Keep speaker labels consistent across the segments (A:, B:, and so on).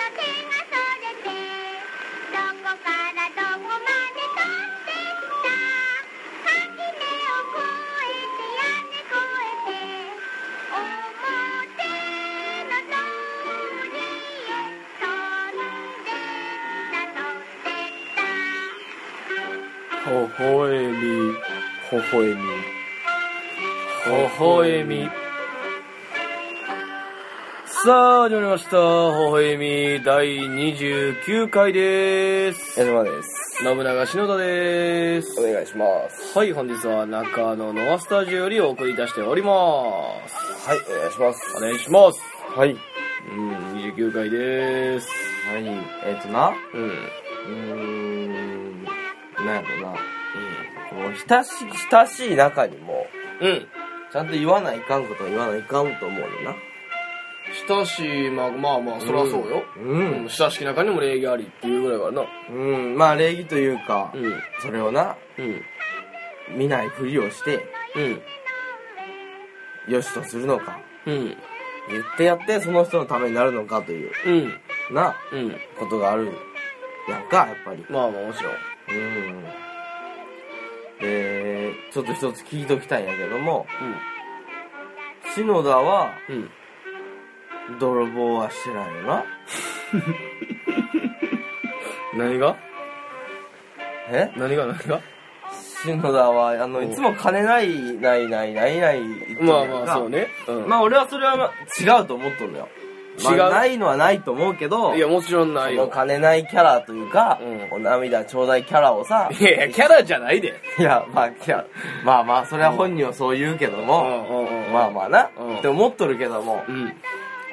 A: れてどこからどこまで飛んできた垣根を越えて屋根越えて表の通りへ飛んでった飛んでった
B: ほほえみ、ほほえみ、ほほえみ。さあ、始まりました。ほほえみ第29回です。
C: 矢島です。
B: 信長篠田です
C: お。願いします。
B: はい、本日は中野ノアスタジオよりお送りいたしております。
C: はい、お願いします。
B: お願いします。
C: はい。
B: うん、29回です。
C: はい。えっ、とな、
B: うん。
C: うーん、なんやろな。うん。もう、親しい、親しい中にも、
B: うん。
C: ちゃんと言わないかんことは言わないかんと思うよな。
B: 親しい、まあまあまあ、そりゃそうよ。
C: うん。
B: 親しき中にも礼儀ありっていうぐらいからな。
C: うん。まあ、礼儀というか、
B: うん。
C: それをな、
B: うん。
C: 見ないふりをして、
B: うん。
C: よしとするのか、
B: うん。
C: 言ってやってその人のためになるのかという、
B: うん。
C: な、
B: うん。
C: ことがあるやんか、やっぱり。
B: まあまあもちろん。
C: うん。で、ちょっと一つ聞いときたいんやけども、篠田は
B: うん。うん。
C: 泥棒はしてないよな。
B: 何が
C: え
B: 何が何が
C: 篠田は、あの、いつも金ない、ない、ない、ない、ない、
B: まあまあそう。ね。うん。
C: まあ俺はそれはまあ違うと思っとるのよ。まあ
B: 違う
C: ないのはないと思うけど、
B: いやもちろんな
C: そ
B: い
C: の
B: よ。
C: 金ないキャラというか、
B: うん
C: お涙ちょうだいキャラをさ、
B: いやいや、キャラじゃないで。
C: いや、まあ、いや、まあまあ、それは本人はそう言うけど
B: うん
C: も、
B: うんうん。
C: まあまあな、
B: うん
C: って思っとるけども
B: う、ん。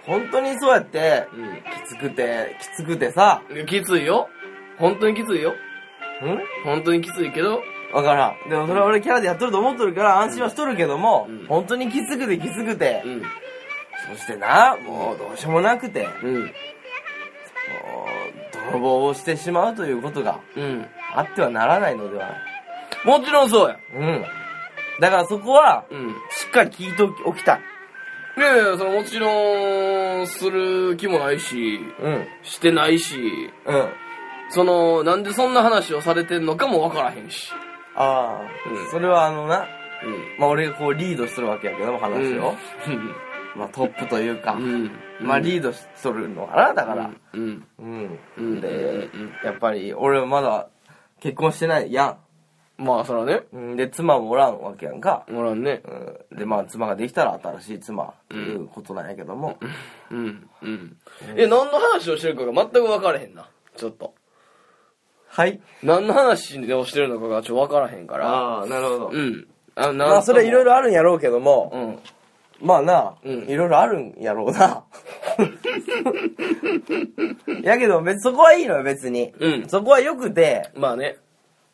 C: 本当にそうやって、
B: う
C: きつくて、きつくてさ、
B: ん。きついよ。本当にきついよ。
C: ん
B: 本当にきついけど、
C: わからん。でもそれは俺キャラでやっとると思っとるから安心はしとるけども、
B: うん
C: 本当にきつくてきつくて、
B: うん。
C: そしてな、もうどうしようもなくて、もう
B: うん。
C: 泥棒をしてしまうということが
B: うん。
C: あってはならないのではない。
B: もちろんそうや。
C: うん。だからそこは、
B: うん。
C: しっかり聞いておきたい。
B: いやいや、そのもちろん、する気もないし、
C: うん。
B: してないし、
C: うん。
B: その、なんでそんな話をされてんのかもわからへんし。
C: ああ、
B: うん
C: それはあのな、
B: うん。
C: まあ俺がこうリードするわけやけども話を、まあトップというか、
B: うん。
C: まあリードしとるのかな、だから。
B: うん。
C: うん。
B: うん
C: で
B: うん、
C: やっぱり俺はまだ結婚してないや
B: まあ、そらね。
C: んうん。で、妻もおらんわけやんか。
B: おらんね。
C: うん、で、まあ妻ができたら新しい妻ということなんやけども。
B: うん。うん。え、何の話をしてるかが全く分からへんな。ちょっと。
C: はい。
B: 何の話をしてるのかがちょっと分からへんから。
C: ああ、なるほど
B: う。ん。あ、なん
C: まあそれいろい
B: ろ。
C: ろあるんやろうけども、
B: うん。
C: まあな、
B: うん
C: いろいろあるんやろうな。やけど別にそこはいいのよ別に。
B: うん
C: そこはよくて、
B: まあね。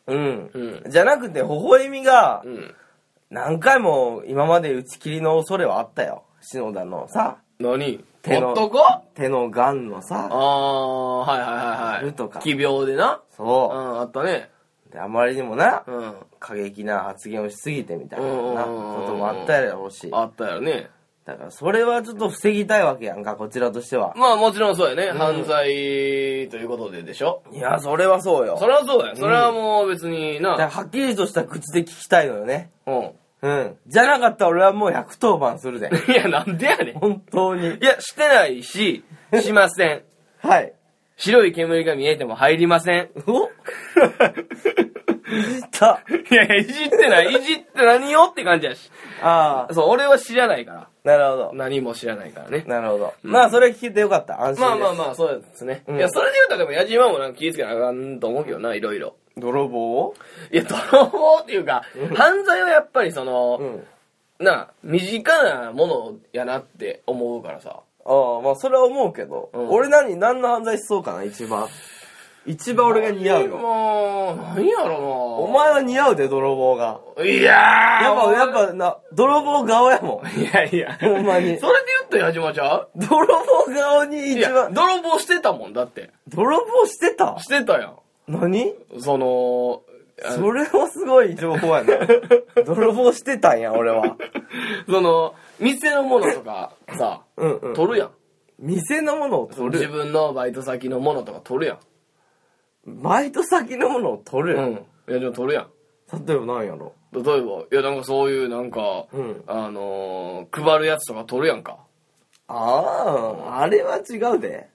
C: うん。
B: うん
C: じゃなくて微笑みが
B: う、ん。
C: 何回も今まで打ち切りの恐れはあったよ。篠田のさ、
B: 何
C: 手の
B: 男あ
C: 手のがんのさ、
B: あ、はいはいはいは
C: る
B: い。
C: とか
B: 奇病でな。うん、
C: そ
B: あったね。
C: う。で、あまりにもな、
B: うん。
C: 過激な発言をしすぎてみたいなな
B: うんうんうん
C: こともあったやろうし。
B: あったよね。
C: だから、それはちょっと防ぎたいわけやんか、こちらとしては。
B: まあもちろんそうやね。犯罪ということででしょ。
C: いや、それはそうよ。
B: それはそうや。それはもう別に
C: だから
B: な。
C: はっきりとした口で聞きたいのよね。
B: うん。
C: うん。じゃなかったら俺はもう110番するで。
B: いや、なんでやねん。
C: 本当に
B: い。や、してないし、しませ ん。
C: はい。
B: 白い煙が見えても入りません。
C: おいじった。
B: いや、いじってない。いじって何よって感じやし。
C: ああ、
B: そう、俺は知らないから。
C: なるほど。
B: 何も知らないからね。
C: なるほど。まあ、それ聞けてよかった。安心です。
B: まあまあまあ、そうですね。
C: うん
B: いや、それで言うとでも、矢島もなんか気ぃつけなあかんと思うけどな、いろいろ。
C: 泥棒を
B: いや、泥棒っていうか、犯罪はやっぱりその、
C: うん。
B: なあ、身近なものやなって思うからさ。
C: ああ、まあ、それは思うけど。
B: うん
C: 俺何、何の犯罪しそうかな、一番。一番俺が似合うよ。
B: もう、何やろな
C: お前は似合うで、泥棒が。
B: いやー
C: やっぱ、やっぱな、泥棒顔やもん。
B: いやいや、
C: ほんまに
B: それで言ったら矢島ちゃう
C: 泥棒顔に
B: い
C: 一
B: や、
C: 番、
B: 泥棒してたもんだって。
C: 泥棒してた
B: してたやん。
C: 何
B: その、あ
C: それはすごい情報 やな。泥棒してたんや、俺は。
B: その、店のものとかさ、
C: うんうん。
B: 取るやん。
C: 店のものを取
B: 自
C: る。
B: 分のバイト先のものとか取るや
C: バイト先のものを取
B: ん。う
C: る。
B: ん。いや、でも取るやん。
C: 例えば何やろ
B: 例えば、いや、なんかそういう、なんか、
C: うん
B: あのー配るやつとか取るやんか。
C: ああ、あれは違うで。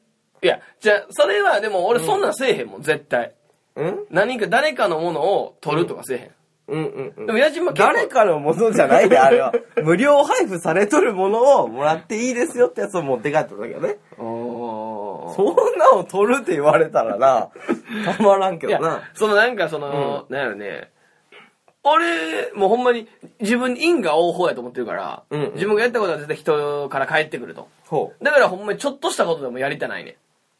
B: いや、じゃあそれは、でも俺そんなんせえへんもん、絶対。
C: うん
B: 何か、誰かのものを取るとかせえへん。
C: うんうんうん
B: で。も、矢島結構
C: 誰かのものじゃないで、あれは。無料配布されとるものをもらっていいですよってやつを持って帰ってるだけどね。
B: お
C: そんなの取るって言われたらな、たまらんけ
B: いや
C: どな。、
B: そのなんかその、なんやろね、俺、もうほんまに自分に因果応報やと思ってるから、
C: うんうん
B: 自分がやったことは絶対人から返ってくると。
C: ほ
B: だからほんまにちょっとしたことでもやりたないねん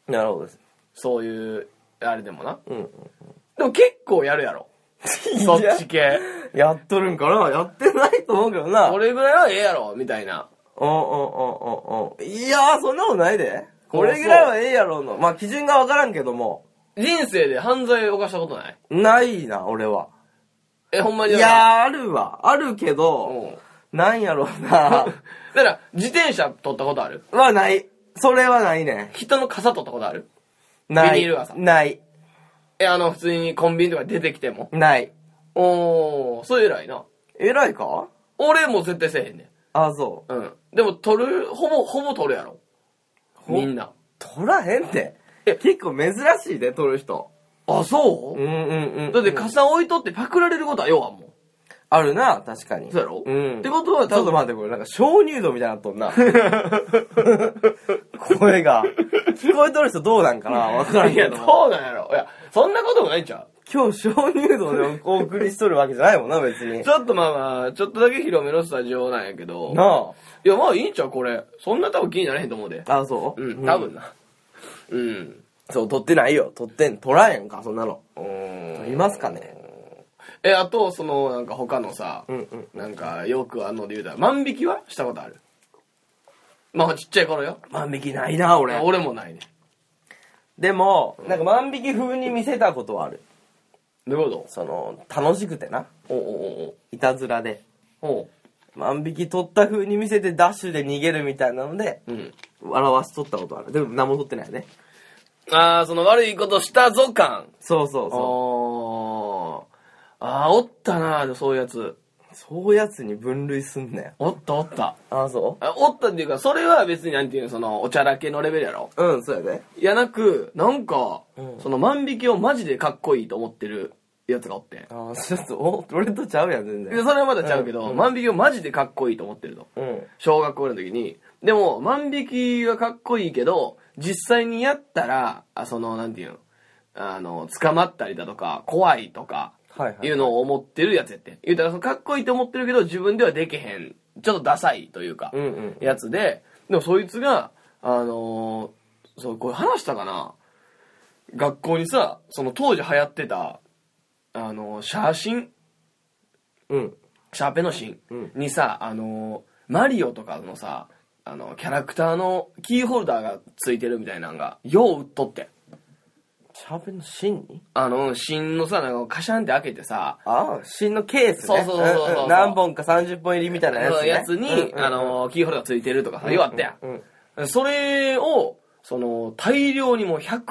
C: う。なるほどです。
B: そういう、あれでもな。
C: うん うん。
B: でも結構やる やろ。そっち系。
C: やっとるんかなやってないと思うけどな。
B: 俺ぐらいはええやろ、みたいな。
C: おんおんおんおんおん。いやー、そんなことないで。これぐらいはええやろうの。まあ、基準がわからんけども。
B: 人生で犯罪を犯したことない
C: ないな、俺は。
B: え、ほんま
C: い
B: に。
C: やー、あるわ。あるけ
B: うん
C: ど、なんやろうな。
B: だから、自転車取ったことある
C: はない。それはないね。
B: 人の傘取ったことある
C: な
B: ビ
C: い。
B: ニール傘
C: ない。
B: え、あの、普通にコンビニとか出てきても。
C: ない。
B: おー、それ偉いな。
C: 偉いか
B: 俺も絶対せえへんねん。
C: あ、そ
B: うん。でも取る、ほぼ、ほぼ取るやろ。
C: ほ
B: みんな。
C: う。取らへんって
B: え。
C: 結構珍しいで、取る人。
B: あ、そ
C: うんうんうん。
B: だって傘置いとってパクられることはよはも
C: あるな、確かに。
B: そうやろ
C: うん。
B: ってことは
C: ちょっと待って、これなんか鍾乳洞みたいになっとんな。 声が。聞こえとる人どうなんかなわから
B: う。
C: ん
B: い
C: け
B: や、
C: ど。
B: どうなんやろ。いや、そんなこともないんちゃ
C: 今日鍾乳洞でお送りしとるわけじゃないもんな、別に
B: うち。ょっとまあまあ、ちょっとだけ広めのスタジオなんやけど。
C: ない
B: や、まあいいんちゃうこれ。そんな多分気になれへんと思うで。
C: あ。あ、そう
B: うん、多分。な。うん。
C: そう、取ってないよ。取ってん、取らへんか、そんなの。取りますかね。
B: え、あと、その、なんか他のさ、
C: うんうん。
B: なんか、よくあんので言うたら、万引きはしたことあるまあ、ちっちゃい頃よ。
C: 万引きないな、俺。
B: 俺もないね。
C: でも、なんか万引き風に見せたことはある。
B: どういうこ
C: その、楽しくてな。
B: とおうおう
C: いたずらで。
B: おうおう。
C: 万引き取った風に見せてダッシュで逃げるみたいなので、
B: うん。
C: 笑わしとったことある。でも何も取ってないよね。
B: ああ、その悪いことしたぞ感。
C: そうそう
B: あ
C: そ
B: ーあー、おったな、でもそういうやつ。
C: う。そういうやつに分類すんなよ。
B: おったおった。
C: あ、そ
B: あおったっていうか、それは別になんていうの、その、おちゃらけのレベルやろ。
C: ううん、そうやで。
B: いや、なく、なんか、
C: うん
B: その万引きをマジでかっこいいと思ってるやつがおって。
C: あ、ちょっと、お、俺とちゃうやん、全
B: で、そ
C: 然。
B: れはまだちゃうけど、
C: うん
B: 万引きをマジでかっこいいと思ってると。
C: うん。
B: 小学校の時に。でも、万引きはかっこいいけど、実際にやったら、あその、なんていうの、あの、捕まったりだとか、怖いとか、
C: はいはい。
B: いうのを思ってるやつやって。言うたら、そのかっこいいと思ってるけど、自分ではできへん。ちょっとダサいというか
C: う、んうん。
B: やつで、でもそいつが、あのーそう、これ話したかな学校にさ、その当時流行ってた、あのー写真
C: うん。
B: シャーペンの芯
C: うん
B: にさ、あのーマリオとかのさ、あの、キャラクターのキーホルダーがついてるみたいなのが、よう売っとって。
C: シャーペンの芯に
B: あの、芯のさ、なんかカシャンって開けてさ、
C: ああ、芯のケース
B: そ
C: ね。
B: うそうそうそうそうん
C: ん何本か30本入りみたいなや
B: そ
C: つ、
B: の
C: ね。
B: やつに、
C: うんうんうん
B: あ、のーキーホルダーついてるとかさ、ようあったや
C: うんうん
B: ん。それを、その、大量にもう100、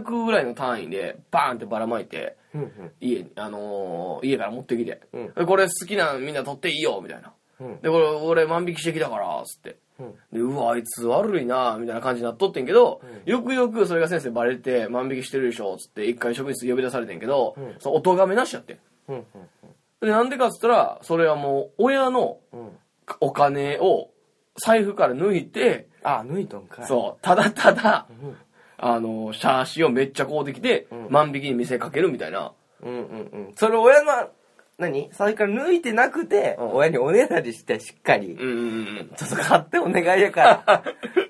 B: 200ぐらいの単位で、バーンってばらまいて、
C: うんうん。
B: 家に、あのー家から持ってきて、
C: うん
B: でこれ好きなんみんな取っていいよ、みたいな。
C: うん
B: で、これ、俺万引きしてきたから、つって。
C: うん
B: で、うわ、あいつ悪いな、みたいな感じになっとってんけど、よくよくそれが先生にバレて、万引きしてるでしょ、つって、一回職員室呼び出されてんけど、
C: ん
B: そのお咎めなしちゃってん。
C: うんうん
B: で、なんでかっつったら、それはもう、親の
C: うんうん。
B: お金を財布から抜いて、
C: あ、抜いとんかい。
B: そう、ただただ、
C: うん。
B: あの、シャーシをめっちゃこうできて、
C: うん
B: 万引きに見せかけるみたいな。
C: うんうんうん。それ親の、何最初から抜いてなくて、
B: うん
C: 親におねだりしてしっかり、
B: うんうんうん。
C: ちょっと買ってお願い やから。っ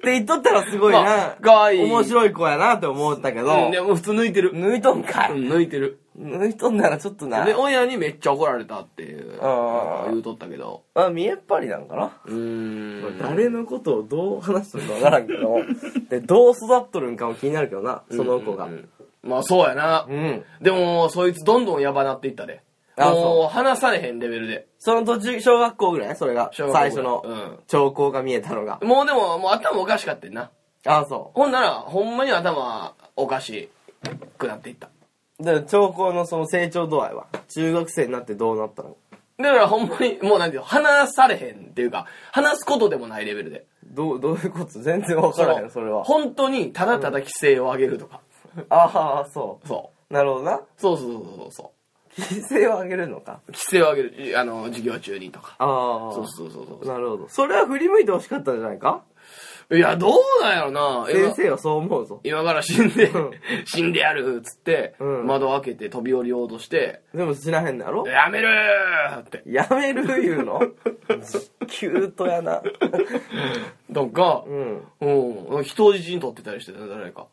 C: て言っとったらすごいな。
B: まあかわいい
C: 面白い子やなって思ったけど、
B: うん、でも普通抜いてる。
C: 抜いとんか
B: う
C: い。
B: ん、抜いてる。
C: 抜いとんならちょっとな
B: で、。親にめっちゃ怒られたっていう、
C: あー
B: 言うとったけど。
C: あ、見えっぱりなんかな。
B: うーん。
C: 誰のことをどう話しとるかわからんけど、 で、どう育っとるんかも気になるけどな、その子が。
B: う
C: うん
B: うんんまあそうやな。でも、そいつどんどんやばなっていったで。
C: あ
B: も
C: そう
B: 話されへんレベルで。
C: その途中、小学校ぐらいそれが、
B: 小学校ぐら
C: 最
B: い
C: 初の
B: うん
C: 兆候が見えたのが。
B: もうでも、もう頭おかしかったよな。
C: あ、そ
B: ほんなら、ほんまに頭おかしくなっていった。
C: う。で、兆候のその成長度合いは、中学生になってどうなったの
B: だからほんまに、もうなんていうの、話されへんっていうか、話すことでもないレベルで。
C: どう、どういうこと全然わからへん、それは。
B: 本当に、ただただ規制を上げるとか。
C: ああ、そう。
B: そ
C: なるほどな。
B: う。そうそうそうそうそ
C: 規制を上げるのか。
B: う。規制を上げるい、あの、授業中にとか。
C: ああ。
B: そうそうそうそう
C: なるほど。それは振り向いてほしかったんじゃないか
B: いや、どうなんやろな
C: 先
B: 今
C: 生はそう思うぞ。
B: 今から死んで
C: ん、
B: 死んでやるっつって、
C: うん
B: 窓開けて飛び降りようとして、
C: でも知らへんのやろ
B: やめるーって。
C: やめる言う のキュートやな。
B: とか
C: う、ん。
B: うん、人質に取ってたりしてた、誰 か。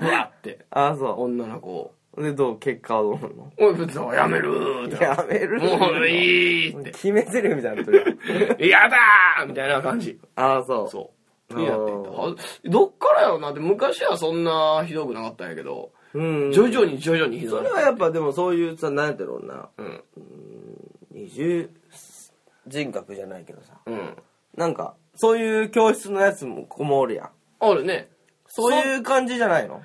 B: うわって、
C: ああ、そ
B: 女の子を。
C: う。で、どう結果はどうなの
B: おい、別にやめるーって。
C: やめる言うの
B: もういい っ
C: 決め台詞みたいになってるやん。
B: て。やだーみたいな感じ。
C: ああ、そう。
B: そう。
C: あー
B: になっていったはどっからやろうなって、昔はそんなひどくなかったんやけど、
C: う。うん。
B: 徐々に徐々にひど
C: そ
B: く
C: れ
B: なっ
C: はやっぱでもそういうさ、なんてろうな、
B: た。うん。
C: 二重人格じゃないけどさ。
B: うん。
C: なんか、そういう教室のやつも子もおるやん。
B: あるね。
C: そう
B: う
C: いう感じじゃないの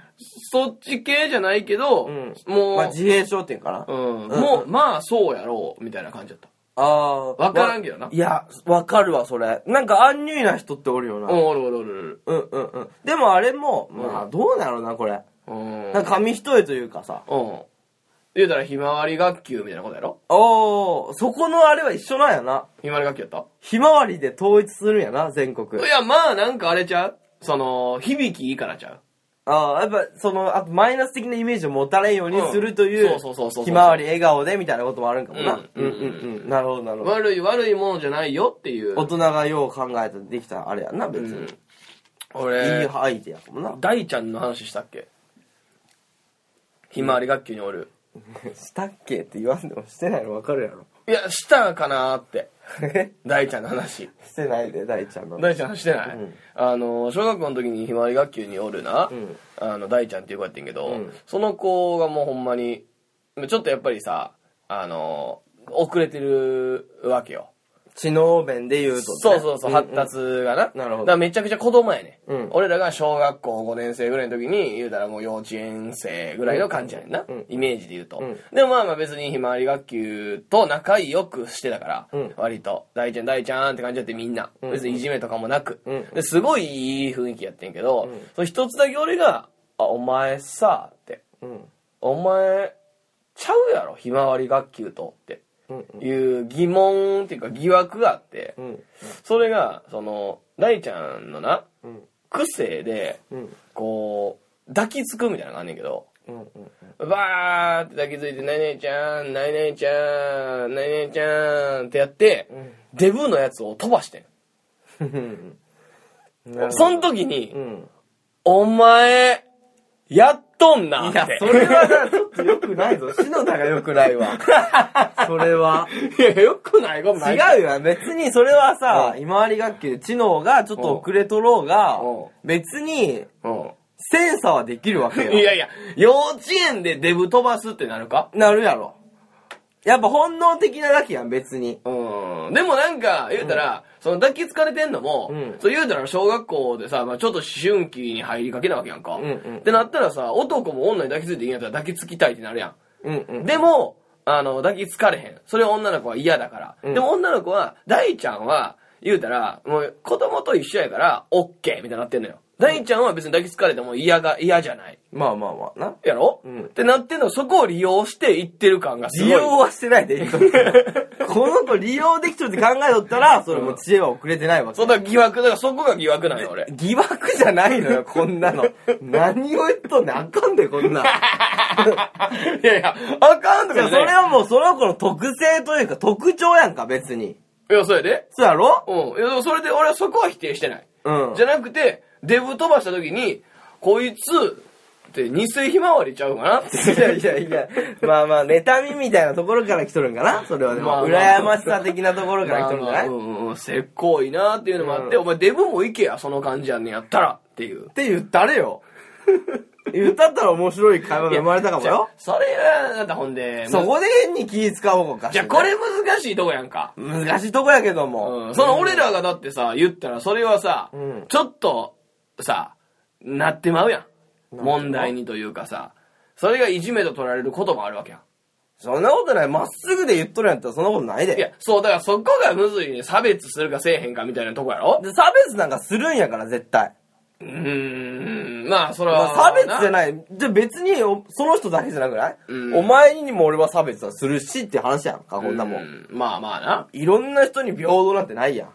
B: そっち系じゃないけど、
C: うん
B: もう、
C: まあ自閉症っていうか
B: う
C: な。
B: ん、
C: ん
B: もう、まあ、そうやろう、みたいな感じだっ
C: ああ。
B: わからんけどな
C: わいや、わかるわ、それ。なんか、安ュイな人っておるよな。
B: た。うん、おるおるおる
C: うんうんうん。でもあれも、まあ、どうなのな、これ。
B: おる。うん。
C: なんか、紙一重というかさ。
B: うん。言うたら、ひまわり学級みたいなことやろ
C: おー、そこのあれは一緒なんやな。
B: ひまわり学級やった
C: ひまわりで統一するんやな、全国
B: い。や、まあ、なんかあれちゃうその、響きいいからちゃう
C: ああ、やっぱ、その、あと、マイナス的なイメージを持たれんようにするという
B: うん、そうそうそうそうそう
C: ひまわり笑顔でみたいなこともあるんかもな。
B: う
C: うんんうんうん。なるほど、なるほど。
B: 悪い悪いものじゃないよっていう。
C: 大人がよう考えてできたあれやんな、別
B: う
C: に。い
B: ん
C: い
B: 俺、
C: アイデアか もな。
B: 大ちゃんの話したっけひまわり学級におる。
C: したっけって言わんでもしてないの分かるや ろ。
B: いや、したかなーって。大ちゃんの話。
C: してないで、大ちゃんの。
B: 大ちゃんしてない、
C: うん
B: あの小学校の時にひまわり学級におるな、
C: うん
B: あの大ちゃんっていう子やってんけど、
C: うん
B: その子がもうほんまにちょっとやっぱりさあの遅れてるわけよ
C: 知能面で言うとね。
B: そうそうそう、
C: ん
B: 発。達がな。
C: なるほ
B: だか
C: ど
B: らめちゃくちゃ子供やね、
C: うん
B: 俺らが小学校5年生ぐらいの時に、言うたらもう幼稚園生ぐらいの感じやねんな。
C: うん
B: イメージで言うと。
C: うん
B: でもまあまあ別にひまわり学級と仲良くしてたから、
C: うん
B: 割と、大ちゃん大ちゃんって感じやってみんな。
C: うん
B: 別にいじめとかもなく、
C: うん
B: ですごいいい雰囲気やってんけど、
C: ん
B: その一つだけ俺が、あ、お前さ、って、
C: うんうん
B: お前、ちゃうやろ、ひまわり学級とって。
C: うんうん
B: いう疑問っていうか疑惑があって、
C: うん
B: それが、その、大ちゃんのな、
C: うん
B: 癖で、
C: うん
B: こう、抱きつくみたいなのがあんねんけど、
C: うんうん
B: バーって抱きついて、ないないちゃん、ないないちゃん、ないないちゃんってやって、デブのやつを飛ばして
C: うん
B: ん。その時に、
C: うん
B: お前、やっとんなっ
C: い
B: て。
C: や、それはな、ちょっと良くない ぞ。篠田が良くないわ。それは。
B: いや、よくないことない。
C: 違うよ。別に、それはさ、ひまわり学級で知能がちょっと遅れとろうが
B: うん、
C: 別に、
B: う。
C: センサーはできるわけよ。
B: ん。いやいや、幼稚園でデブ飛ばすってなるか
C: なるやろ。やっぱ本能的なだけやん、別に。
B: うんでもなんか、言うたら、その抱きつかれてんのも、
C: うん
B: そう言うたら小学校でさ、まあちょっと思春期に入りかけなわけやんか。
C: うんうん
B: ってなったらさ、男も女に抱きついていいんやったら抱きつきたいってなるや。
C: うんうんん。
B: でも、あの、抱きつかれへん。それ女の子は嫌だから。
C: うん
B: でも女の子は、大ちゃんは、言うたら、もう子供と一緒やから、オッケーみたいになってんのよ。大ちゃんは別に抱きつかれても嫌が、嫌じゃない。
C: まあまあまあな。
B: やろ、
C: うん
B: ってなってんの、そこを利用していってる感がすごい。
C: 利用はしてないで、 この子利用できちゃうって考えとったら、それもう知恵は遅れてないわけ
B: そう。だから疑惑、だからそこが疑惑なんよ、俺。
C: 疑惑じゃないのよ、こんなの。何を言っとんねん、あかんで、こんなん。
B: いやいや、あかんと
C: じゃ
B: か
C: あそれ
B: ね。
C: はもうその子の特性というか特徴やんか、別に。
B: いや、それで。
C: そうやろ
B: うん。いや、それで俺はそこは否定してない。
C: うん。
B: じゃなくて、デブ飛ばした時に、こいつ、って偽ひまわりちゃうかな って。
C: いやいやいや、まあまあ、妬みみたいなところから来とるんかなそれはでも、
B: まあまあ
C: 羨ましさ的なところから来とるんじゃない、
B: まあまあう
C: っ
B: んうん、せっこいなっていうのもあって、
C: うん
B: お前デブもいけや、その感じやんねやったらっていう。
C: て言ったれよ。言ったったら面白い会話が生まれたかも
B: じゃ
C: よ
B: あ。それは、だってほんで、
C: そこで変に気使おうかし
B: じ
C: ら
B: ゃあこれ難しいとこやんか。
C: 難しいとこやけども。
B: うん、その俺らがだってさ、言ったらそれはさ、
C: うん
B: ちょっと、さ、なってまうやん。
C: なってまう
B: 問題にというかさ、それがいじめと取られることもあるわけやん。
C: そんなことない。まっすぐで言っとるんやったらそんなことないで。
B: いや、そう、だからそこがむずいね。差別するかせえへんかみたいなとこやろ
C: で、差別なんかするんやから、絶対。
B: うーん、まあ、それ
C: ま
B: は。
C: あ、差別じゃ
B: い。
C: ない。じゃあ別にお、その人だけじゃなくない、
B: うん
C: お前にも俺は差別はするしって話やんか、こんなもん。
B: うまあまあな。
C: いろんな人に平等なんてないやん。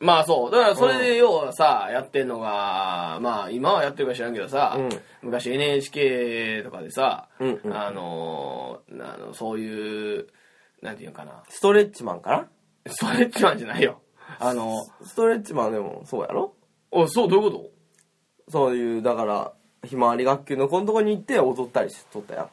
B: まあそう。だからそれで要はさ、やってんのが、まあ今はやってるか知らんけどさ、
C: うん
B: 昔 NHK とかでさ、
C: うんうん
B: あのーあの、そういう、なんていうのかな。
C: ストレッチマンかな
B: ストレッチマンじゃないよ。あの、
C: ストレッチマンでもそうやろ
B: おそう、どういうこ
C: そういう、だから、ひまわり学級のこのとこに行って踊ったりしとったやん。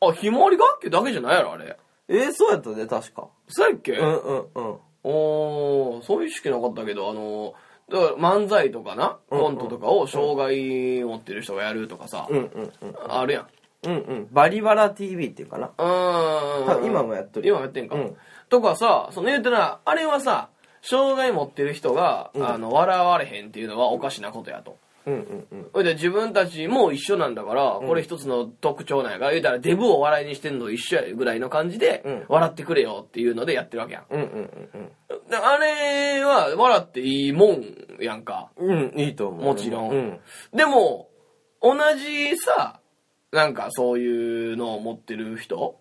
B: とあ、ひまわり学級だけじゃないやろ、あれ。
C: えー、そうやったで、確か。
B: そうやっけ、
C: うんうんうん。
B: おー、そういう意識なかったけど、あのー、だから漫才とかな、
C: うんうん
B: コントとかを障害持ってる人がやるとかさ、
C: うんうんうん。
B: あるやん。
C: うんうん。バリバラ TV っていうかな。多
B: う
C: 分
B: ん。
C: 今もやっとる
B: 今もやってんか。
C: うん
B: とかさ、その言うてな、あれはさ、障害持ってる人が、あの、笑われへんっていうのはおかしなことやと。
C: うんうんうん。
B: ほいで自分たちも一緒なんだから、これ一つの特徴なんやから、言うたらデブを笑いにしてんの一緒やぐらいの感じで、
C: うん
B: 笑ってくれよっていうのでやってるわけやん。
C: うんうんうん
B: であれは笑っていいもんやんか。
C: うん。うん、いいと思う。
B: もちろん
C: うん。
B: でも、同じさ、なんかそういうのを持ってる人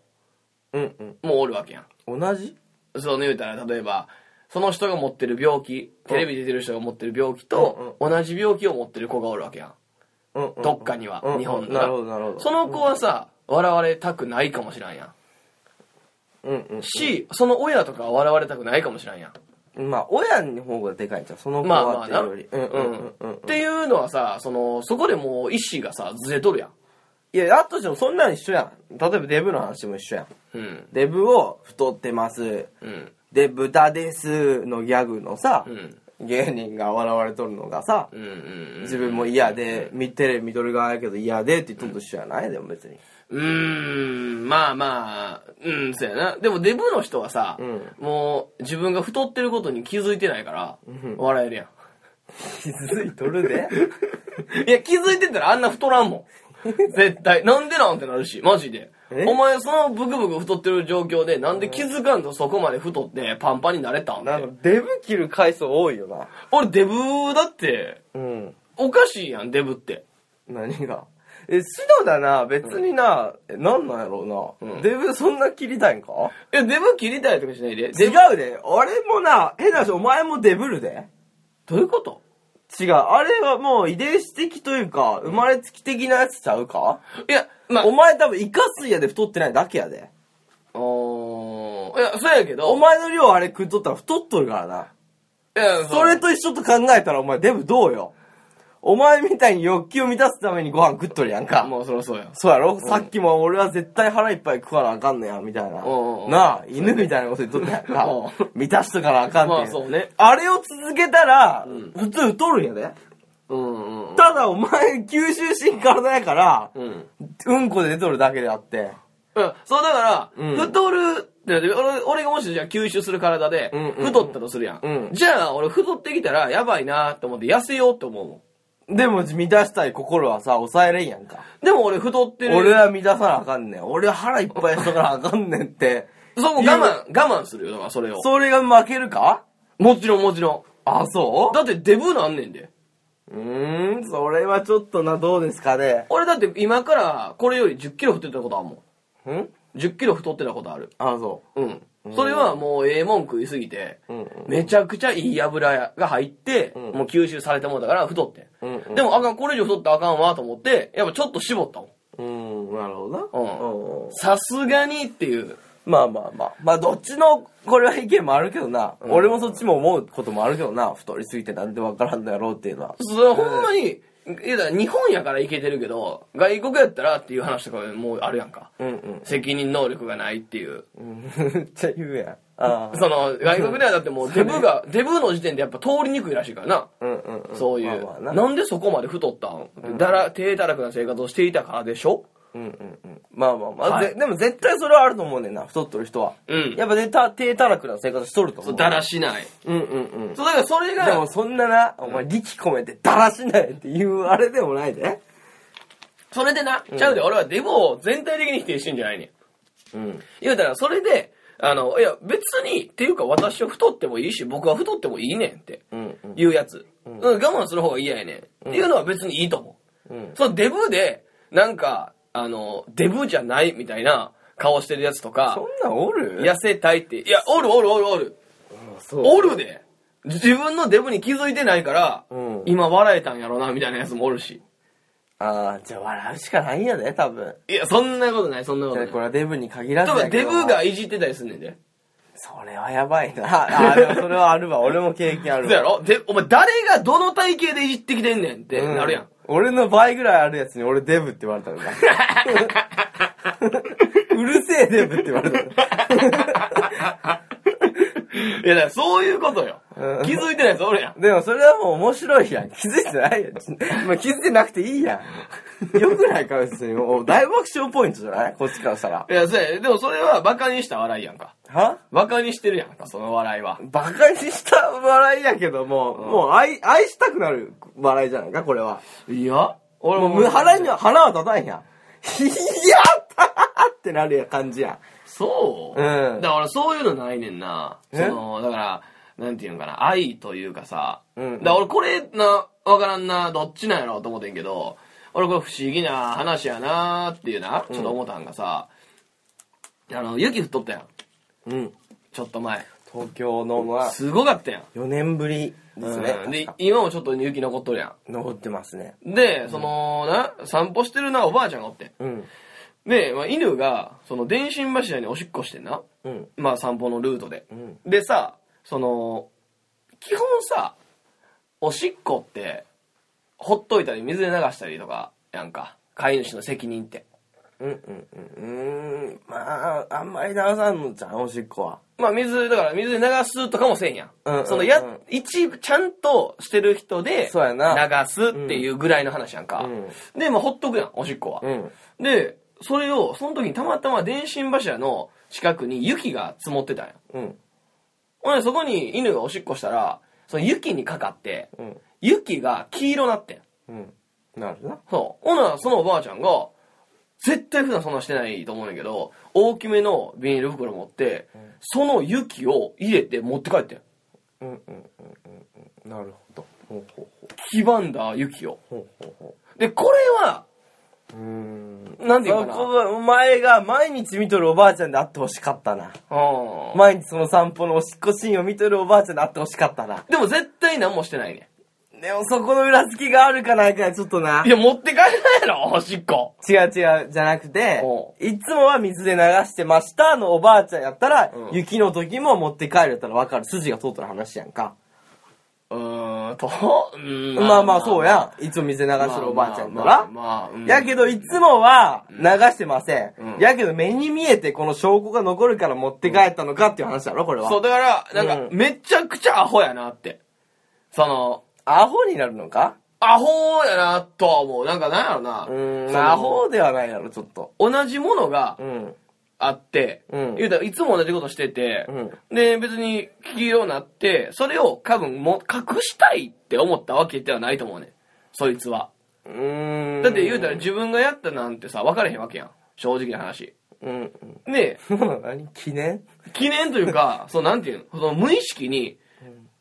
C: うん
B: もおるわけやん。
C: うん。同じ
B: そうね言うたら例えばその人が持ってる病気テレビ出てる人が持ってる病気と同じ病気を持ってる子がおるわけやん
C: うんうんうん。
B: どっかには
C: うんうん
B: 日本が
C: なるほどなるほど。
B: その子はさ笑われたくないかもしらんやん
C: うんうん。
B: しその親とかは笑われたくないかもしらんやん
C: まあ、親の方がでかいんちゃうその子
B: まあま
C: は
B: あ
C: ってい
B: な
C: うより。うんうんうんうん。
B: っていうのはさそのそこでもう意思がさずれとるやん
C: いや、だとしてもそんなん一緒やん。例えばデブの話も一緒やん。
B: うん
C: デブを太ってます。
B: うん
C: で、豚ですのギャグのさ
B: う、ん
C: 芸人が笑われとるのがさ、
B: うんうん
C: 自分も嫌で、見テレビ見とる側やけど嫌でって言っとんと一緒やないでも別に。
B: うーん、まあまあ、うん、そうやな。でもデブの人はさ、
C: うん
B: もう自分が太ってることに気づいてないから、笑えるやん。
C: 気づいとるで。
B: いや、気づいてたらあんな太らんもん。絶対。なんでなんてなるし、マジで。
C: え
B: お前そのブクブク太ってる状況で、なんで気づかんとそこまで太ってパンパンになれたんっ
C: なん
B: て
C: か、デブ切る回数多いよな。
B: 俺デブだって、
C: うん。
B: おかしいやん、デブって。
C: 何がえ、シドだな、別にな、えなんなんやろうな。
B: うん
C: デブそんな切りたいんか
B: いや、デブ切りたいとかしないで。
C: 違
B: デブ、
C: うで。俺もな、変なし、お前もデブるで。
B: どういうこと
C: 違う。あれはもう遺伝子的というか、生まれつき的なやつちゃうか、
B: いや、まあ
C: お、前多分イカ水やで太ってないだけやで。
B: おーいや、そうやけど、
C: お前の量あれ食っとったら太っとるからな。
B: いや、
C: それと一緒と考えたらお前デブどうよ。お前みたいに欲求を満たすためにご飯食っとるやんか。
B: もうそろそうや。
C: そうやろ、さっきも俺は絶対腹いっぱい食わなあかんのや、みたいな。
B: おうおう
C: なあ、犬みたいなこと言っとったやんか
B: おう。
C: 満たしとかなあかんっていう。
B: まあそうね
C: あれを続けたら、
B: ん
C: 普通太るんやで。
B: うんうんうん。
C: ただお前吸収しん体やから、
B: うん。
C: うんこで出とるだけであって。
B: うん、そうだから、
C: うん
B: 太るって俺、俺がもしじゃあ吸収する体で
C: うんうん、
B: 太ったとするやん。
C: うん
B: じゃあ、俺太ってきたら、やばいなって思って痩せようって思うも
C: でも満たしたい心はさ、抑えれんやんか。
B: ん。でも俺太ってる。
C: 俺は満たさなあかんねん。俺は腹いっぱいしとかなあかんねんって。
B: そこ我慢、我慢するよ、だからそれを。
C: それが負けるか
B: もちろんもちろ
C: あ、そ
B: ん。だってデブなんねんで。
C: ううーん、それはちょっとな、どうですかね。
B: 俺だって今からこれより10キロ太ってたことあるも
C: ん
B: ん。10キロ太ってたことある。
C: あ、そ
B: うん。それはもうええもん食いすぎて、
C: う。うん。
B: めちゃくちゃいい油が入って、
C: ん
B: もう吸収されたもんだから太って。
C: うんうん
B: でもあかん、これ以上太ったらあかんわと思って、やっぱちょっと絞ったもん。
C: うん、なるほどな。
B: うん
C: うん
B: さすがにっていう。
C: まあまあまあ。まあどっちの、これは意見もあるけどな。俺もそっちも思うこともあるけどな。太りすぎてなんでわからんのやろうっていうのは。
B: それはほんまに、言うたら日本やからいけてるけど、外国やったらっていう話とかもうあるやんか。
C: うんうん。
B: 責任能力がないっていう。
C: めっちゃ言うやん。ああ。
B: その、外国ではだって もうデブが、デブの時点でやっぱ通りにくいらしいからな。
C: うんうんうん。
B: そういう、
C: まあまあな。
B: なんでそこまで太ったんだら、低たらくな生活をしていたからでしょ
C: うんうんうん。まあまあまあ、
B: はい
C: ぜでも絶対それはあると思うねんな太ってる人は、
B: うん
C: やっぱねた低たらくな生活しとると思
B: そううだらしない
C: うんうんうん
B: そうだからそれ
C: でも
B: が
C: そんななお前力込めてだらしないっていうあれでもないで
B: それでな、ちゃうで俺はデボを全体的に否定してんじゃないねん
C: うん
B: 言うたらそれであのいや別にっていうか私は太ってもいいし僕は太ってもいいねんって
C: うんうん
B: いうやつ、うん我慢する方が嫌やねん、っていうのは別にいいと思う、
C: うん
B: そのデブでなんかあのデブじゃないみたいな顔してるやつとか
C: そんなんおる
B: 痩せたいっていやおるおるおるおる
C: そう
B: おるで自分のデブに気づいてないから、
C: うん
B: 今笑えたんやろなみたいなやつもおるし
C: ああじゃあ笑うしかないんやで多分
B: いやそんなことないそんなこ
C: い
B: とな
C: や
B: い
C: これはデブに限らず
B: 多
C: や
B: 分
C: け
B: デ
C: ど
B: ブがいじってたりすんねんで
C: それはやばいなああでもそれはあるわ俺も経験ある
B: そ
C: わ
B: うやろで、お前誰がどの体型でいじってきてんねんってなるやん。
C: う俺の倍ぐらいあるやつに俺デブって言われたんだ。うるせえデブって言われた。
B: いや、だからそういうことよ。
C: うん
B: 気づいてないやつおるやん。
C: でもそれはもう面白いやん。気づいてないやん。まあ、気づいてなくていいやん。よくないか別に。もう大爆笑ポイントじゃないこっちからしたら。
B: いや、そうや、でもそれはバカにした笑いやんか。
C: は
B: バカにしてるやんか、その笑いは。
C: バカにした笑いやけども、もう愛、愛したくなる笑いじゃないか、これは。
B: いや俺
C: も
B: も
C: う無腹には、腹は立たんやん。いやったーってなるやん感じや
B: そう、
C: うん
B: だからそういうのないねんな。そ
C: え
B: の、だから、なんていうのかな、愛というかさ。
C: うん
B: だから俺これな、わからんな、どっちなんやろうと思ってんけど、俺これ不思議な話やなーっていうな、ちょっと思ったんがさ、あの、雪降っとったやん。
C: ん。うん。
B: ちょっと前。
C: 東京の、まあ、
B: すごかったやん。
C: 4年ぶりですね。
B: うんで、今もちょっと雪残っとるや
C: 残ってますね。
B: ん。で、その、な、散歩してるな、おばあちゃんがおって。
C: うん。
B: で、まあ、犬が、その、電信柱におしっこしてんな。
C: うん。
B: まあ、散歩のルートで。
C: うん。
B: でさ、その、基本さ、おしっこって、ほっといたり水で流したりとか、やんか。飼い主の責任って。
C: うん。うん。うん。うん。まあ、あんまり流さんのじゃん、おしっこは。
B: まあ水、だから水で流すとかもせんやん。
C: うんうんうん
B: そのや、一、ちゃんとしてる人で、
C: そうやな
B: 流すっていうぐらいの話やんか。
C: う
B: で、まあほっとくやん、おしっこは。
C: ん。
B: で、それを、その時にたまたま電信柱の近くに雪が積もってたんや。
C: うん。
B: ほんで、そこに犬がおしっこしたら、その雪にかかって、
C: うん。
B: 雪が黄色なってん。
C: うん。なるな。
B: そう。ほな、そのおばあちゃんが、絶対普段そんなしてないと思うんやけど、大きめのビニール袋持って、その雪を入れて持って帰ってん。
C: うん。うん。うん。うん。なるほど。ほうほう
B: 黄ばんだ雪を。
C: ほう。ほうほうほ
B: で、これは、
C: う。うん。
B: なんていう
C: そ
B: かな。
C: こは、お前が毎日見とるおばあちゃんで会ってほしかったな。
B: うん
C: 毎日その散歩のおしっこシーンを見とるおばあちゃんで会ってほしかったな。
B: でも絶対何もしてないね。
C: でもそこの裏付きがあるかないかちょっとな。
B: いや、持って帰らないやろ、おしっこ。
C: 違う違うじゃなくて
B: お、
C: いつもは水で流してましたのおばあちゃんやったら、
B: うん
C: 雪の時も持って帰るやったらわかる。筋が通ってる話やんか。
B: うーん、と、うーん。
C: まあまあそうやん。いつも水で流してるおばあちゃんやったら。
B: まあ、うん
C: やけど、いつもは流してません。
B: うん
C: やけど、目に見えてこの証拠が残るから持って帰ったのかっていう話だろ、これは。
B: そう、だから、なんか、
C: うん
B: めちゃくちゃアホやなって。その、
C: アホになるのか
B: アホやなとは思う。なんか、なんやろな。
C: うー
B: そ
C: ん。
B: の
C: アホではないやろ、ちょっと。
B: 同じものが
C: うん。
B: あって、
C: うん
B: 言うたらいつも同じことしてて、
C: う
B: で、別に黄色になって、それを多分もう隠したいって思ったわけではないと思うねん。そいつは。
C: うーん。
B: だって言うたら、自分がやったなんてさ、分かれへんわけやん。正直な話。
C: うん。
B: で、
C: うん。 何記念
B: 記念という か、そうなんていうの、その無意識に、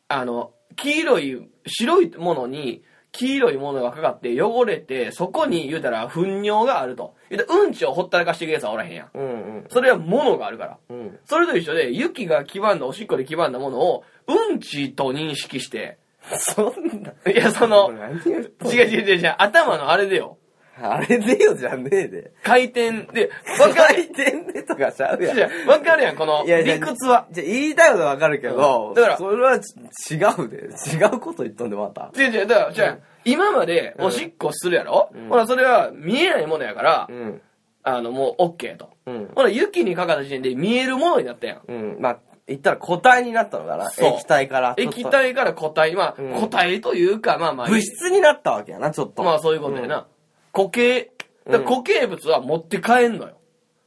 B: あの、黄色い、白いものに、黄色いものがかかって汚れて、そこに言うたら糞尿があると。言うたらうんちをほったらかしてるやつはおらへんやん。
C: うんうん。
B: それは物があるから。
C: うん。
B: それと一緒で、雪が黄ばんだ、おしっこで黄ばんだものを、うんちと認識して、
C: そんな。
B: いや、その、
C: 何言っとん
B: 違う違う違う違う、頭のあれでよ。
C: あれでよじゃねえで。
B: 回転で、わか
C: 回
B: る
C: 転でとかちゃうやん。
B: やん。わかるやん、この、
C: いやいや
B: 理屈は。
C: じゃあ言いたいことはわかるけど、
B: うんだから
C: それはち違うで。違うこと言っとんでまた。
B: 違う違う、だから、じゃあ、今までおしっこするやろ、ほら、それは見えないものやから、
C: ん。
B: あの、もう OK と。
C: うん。
B: ほら、雪にかかった時点で見えるものになったやん。
C: うん。まあ、言ったら固体になったのかな。
B: そう
C: 液体から。
B: 液。体から固体、まあ、
C: うん
B: 固体というか、まあまあ、
C: 物質になったわけやな、ちょっと。
B: まあそういうことやな。固形、だから固形物は持って帰んのよ。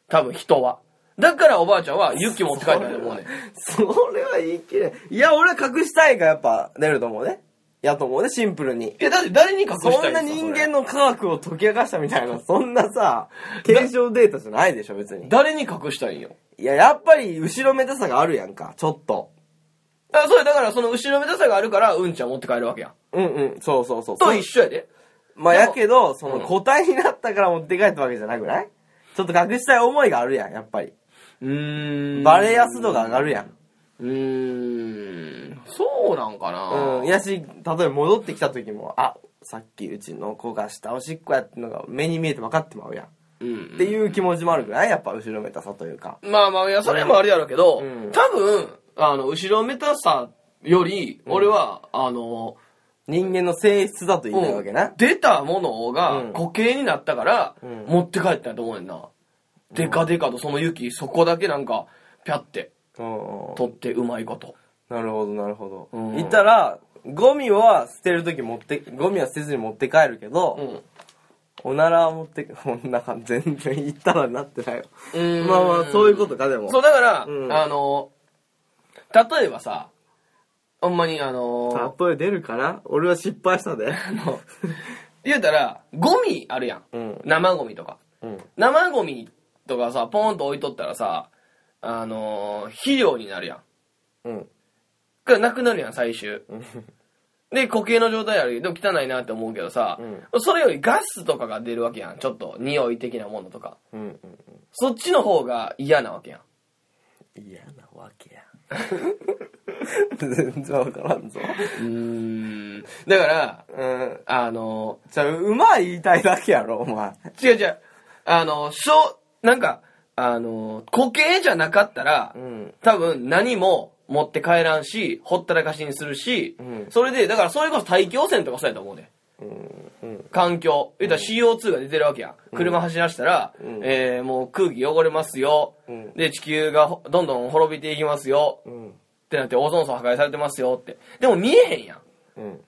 B: 多分人は。だからおばあちゃんは雪持って帰ったんだと思うねん。
C: それは言い切れんいや、俺は隠したいがやっぱ出ると思うね。やと思うね、シンプルに。
B: いや、だって誰に隠したい
C: そんな
B: です
C: 人
B: よ
C: 間の科学を解き明かしたみたいな、そん なさ、検証データじゃないでしょ、別に。
B: 誰に隠したいんよ。
C: いや、やっぱり後ろめたさがあるやんか、ちょっと。
B: だからそうやだからその後ろめたさがあるから、うんちゃん持って帰るわけやん。
C: うんうん、そうそうそう。
B: と一緒やで。
C: まあ、やけど、その
B: うん
C: 答えになったから持って帰ったわけじゃなくないちょっと隠したい思いがあるやん、やっぱり。
B: うーん。
C: バレやす度が上がるやん。
B: うーん。そうなんかな。
C: うん。いやし、例えば戻ってきた時も、あ、さっきうちの子がしたおしっこやってのが目に見えて分かってまうやん。
B: うん
C: っていう気持ちもあるくらいやっぱ後ろめたさというか。
B: まあまあ、いや、それもあれやろうけど、
C: うん
B: 多分、あの、後ろめたさより、俺は、あの、
C: 人間の性質だと言いたいわけな。
B: 出たものが
C: うん
B: 固形になったから、
C: うん
B: 持って帰ったんやと思うねんな。でかでかとその雪、そこだけなんか、ぴゃって、
C: うんうん
B: 取ってうまいこと。
C: なるほど、なるほ
B: う
C: ど。
B: ん
C: いたら、ゴミは捨てる時持って、ゴミは捨てずに持って帰るけ
B: う
C: ど、
B: ん。
C: おならは持って、こんな感じ、全然言ったらなってないよ。
B: うん
C: まあまあ、そういうことか、でも。
B: そう、だから、
C: うん
B: あの、例えばさ、ほんまにあの、
C: 例え出るかな俺は失敗したで。
B: 言うたら、ゴミあるやん。
C: うん
B: 生ゴミとか。
C: うん。
B: 生ゴミとかさ、ポンと置いとったらさ、あのー肥料になるやん。
C: うん。
B: これなくなるやん、最終。で、固形の状態あるけど、汚いなって思うけどさ、それよりガスとかが出るわけやん。ちょっと、匂い的なものとか。
C: うん。
B: そっちの方が嫌なわけやん。
C: 嫌なわけや。全然わからんぞ。
B: うーん。だから、
C: うん。
B: あの
C: じゃあ、うまい言いたいだけやろ、お前。
B: ー違う違う。あのーしょ、なんか、あのー固形じゃなかったら、
C: ん。
B: 多分何も持って帰らんし、ほったらかしにするし、
C: うん
B: それで、だからそれこそ大気汚染とかそうやと思うね。
C: うん。
B: 環境。言うたら CO2 が出てるわけやん。車走らしたら、
C: ん
B: えー、もう空気汚れますよ。
C: うん
B: で、地球がほどんどん滅びていきますよ。っ
C: うん。
B: てなって、オゾン層破壊されてますよって。でも見えへんやん。
C: うん。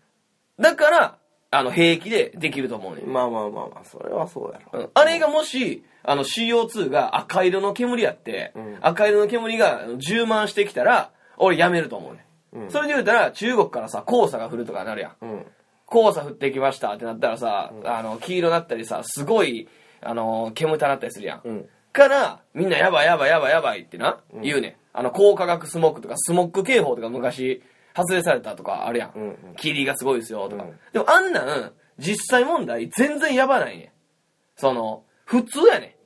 B: だから、あの、平気でできると思うねん。
C: まあまあまあまあ、それはそうやろ。
B: うんあれがもし、あの CO2 が赤色の煙やって、
C: ん
B: 赤色の煙があの充満してきたら、俺やめると思うね。
C: うん
B: それで言うたら、中国からさ、黄砂が降るとかなるやん。
C: うん。
B: 黄砂降ってきましたってなったらさ、あの、黄色なったりさ、すごい、あの、煙たなったりするやん。
C: うん。
B: から、みんなやばいやばいやばいやばいってな、言うねん。あの、高化学スモックとか、スモック警報とか昔、発令されたとかあるやん。
C: うんうん
B: 霧がすごいですよとか。
C: うん
B: でもあんなん、実際問題、全然やばないねん。その、普通やねん。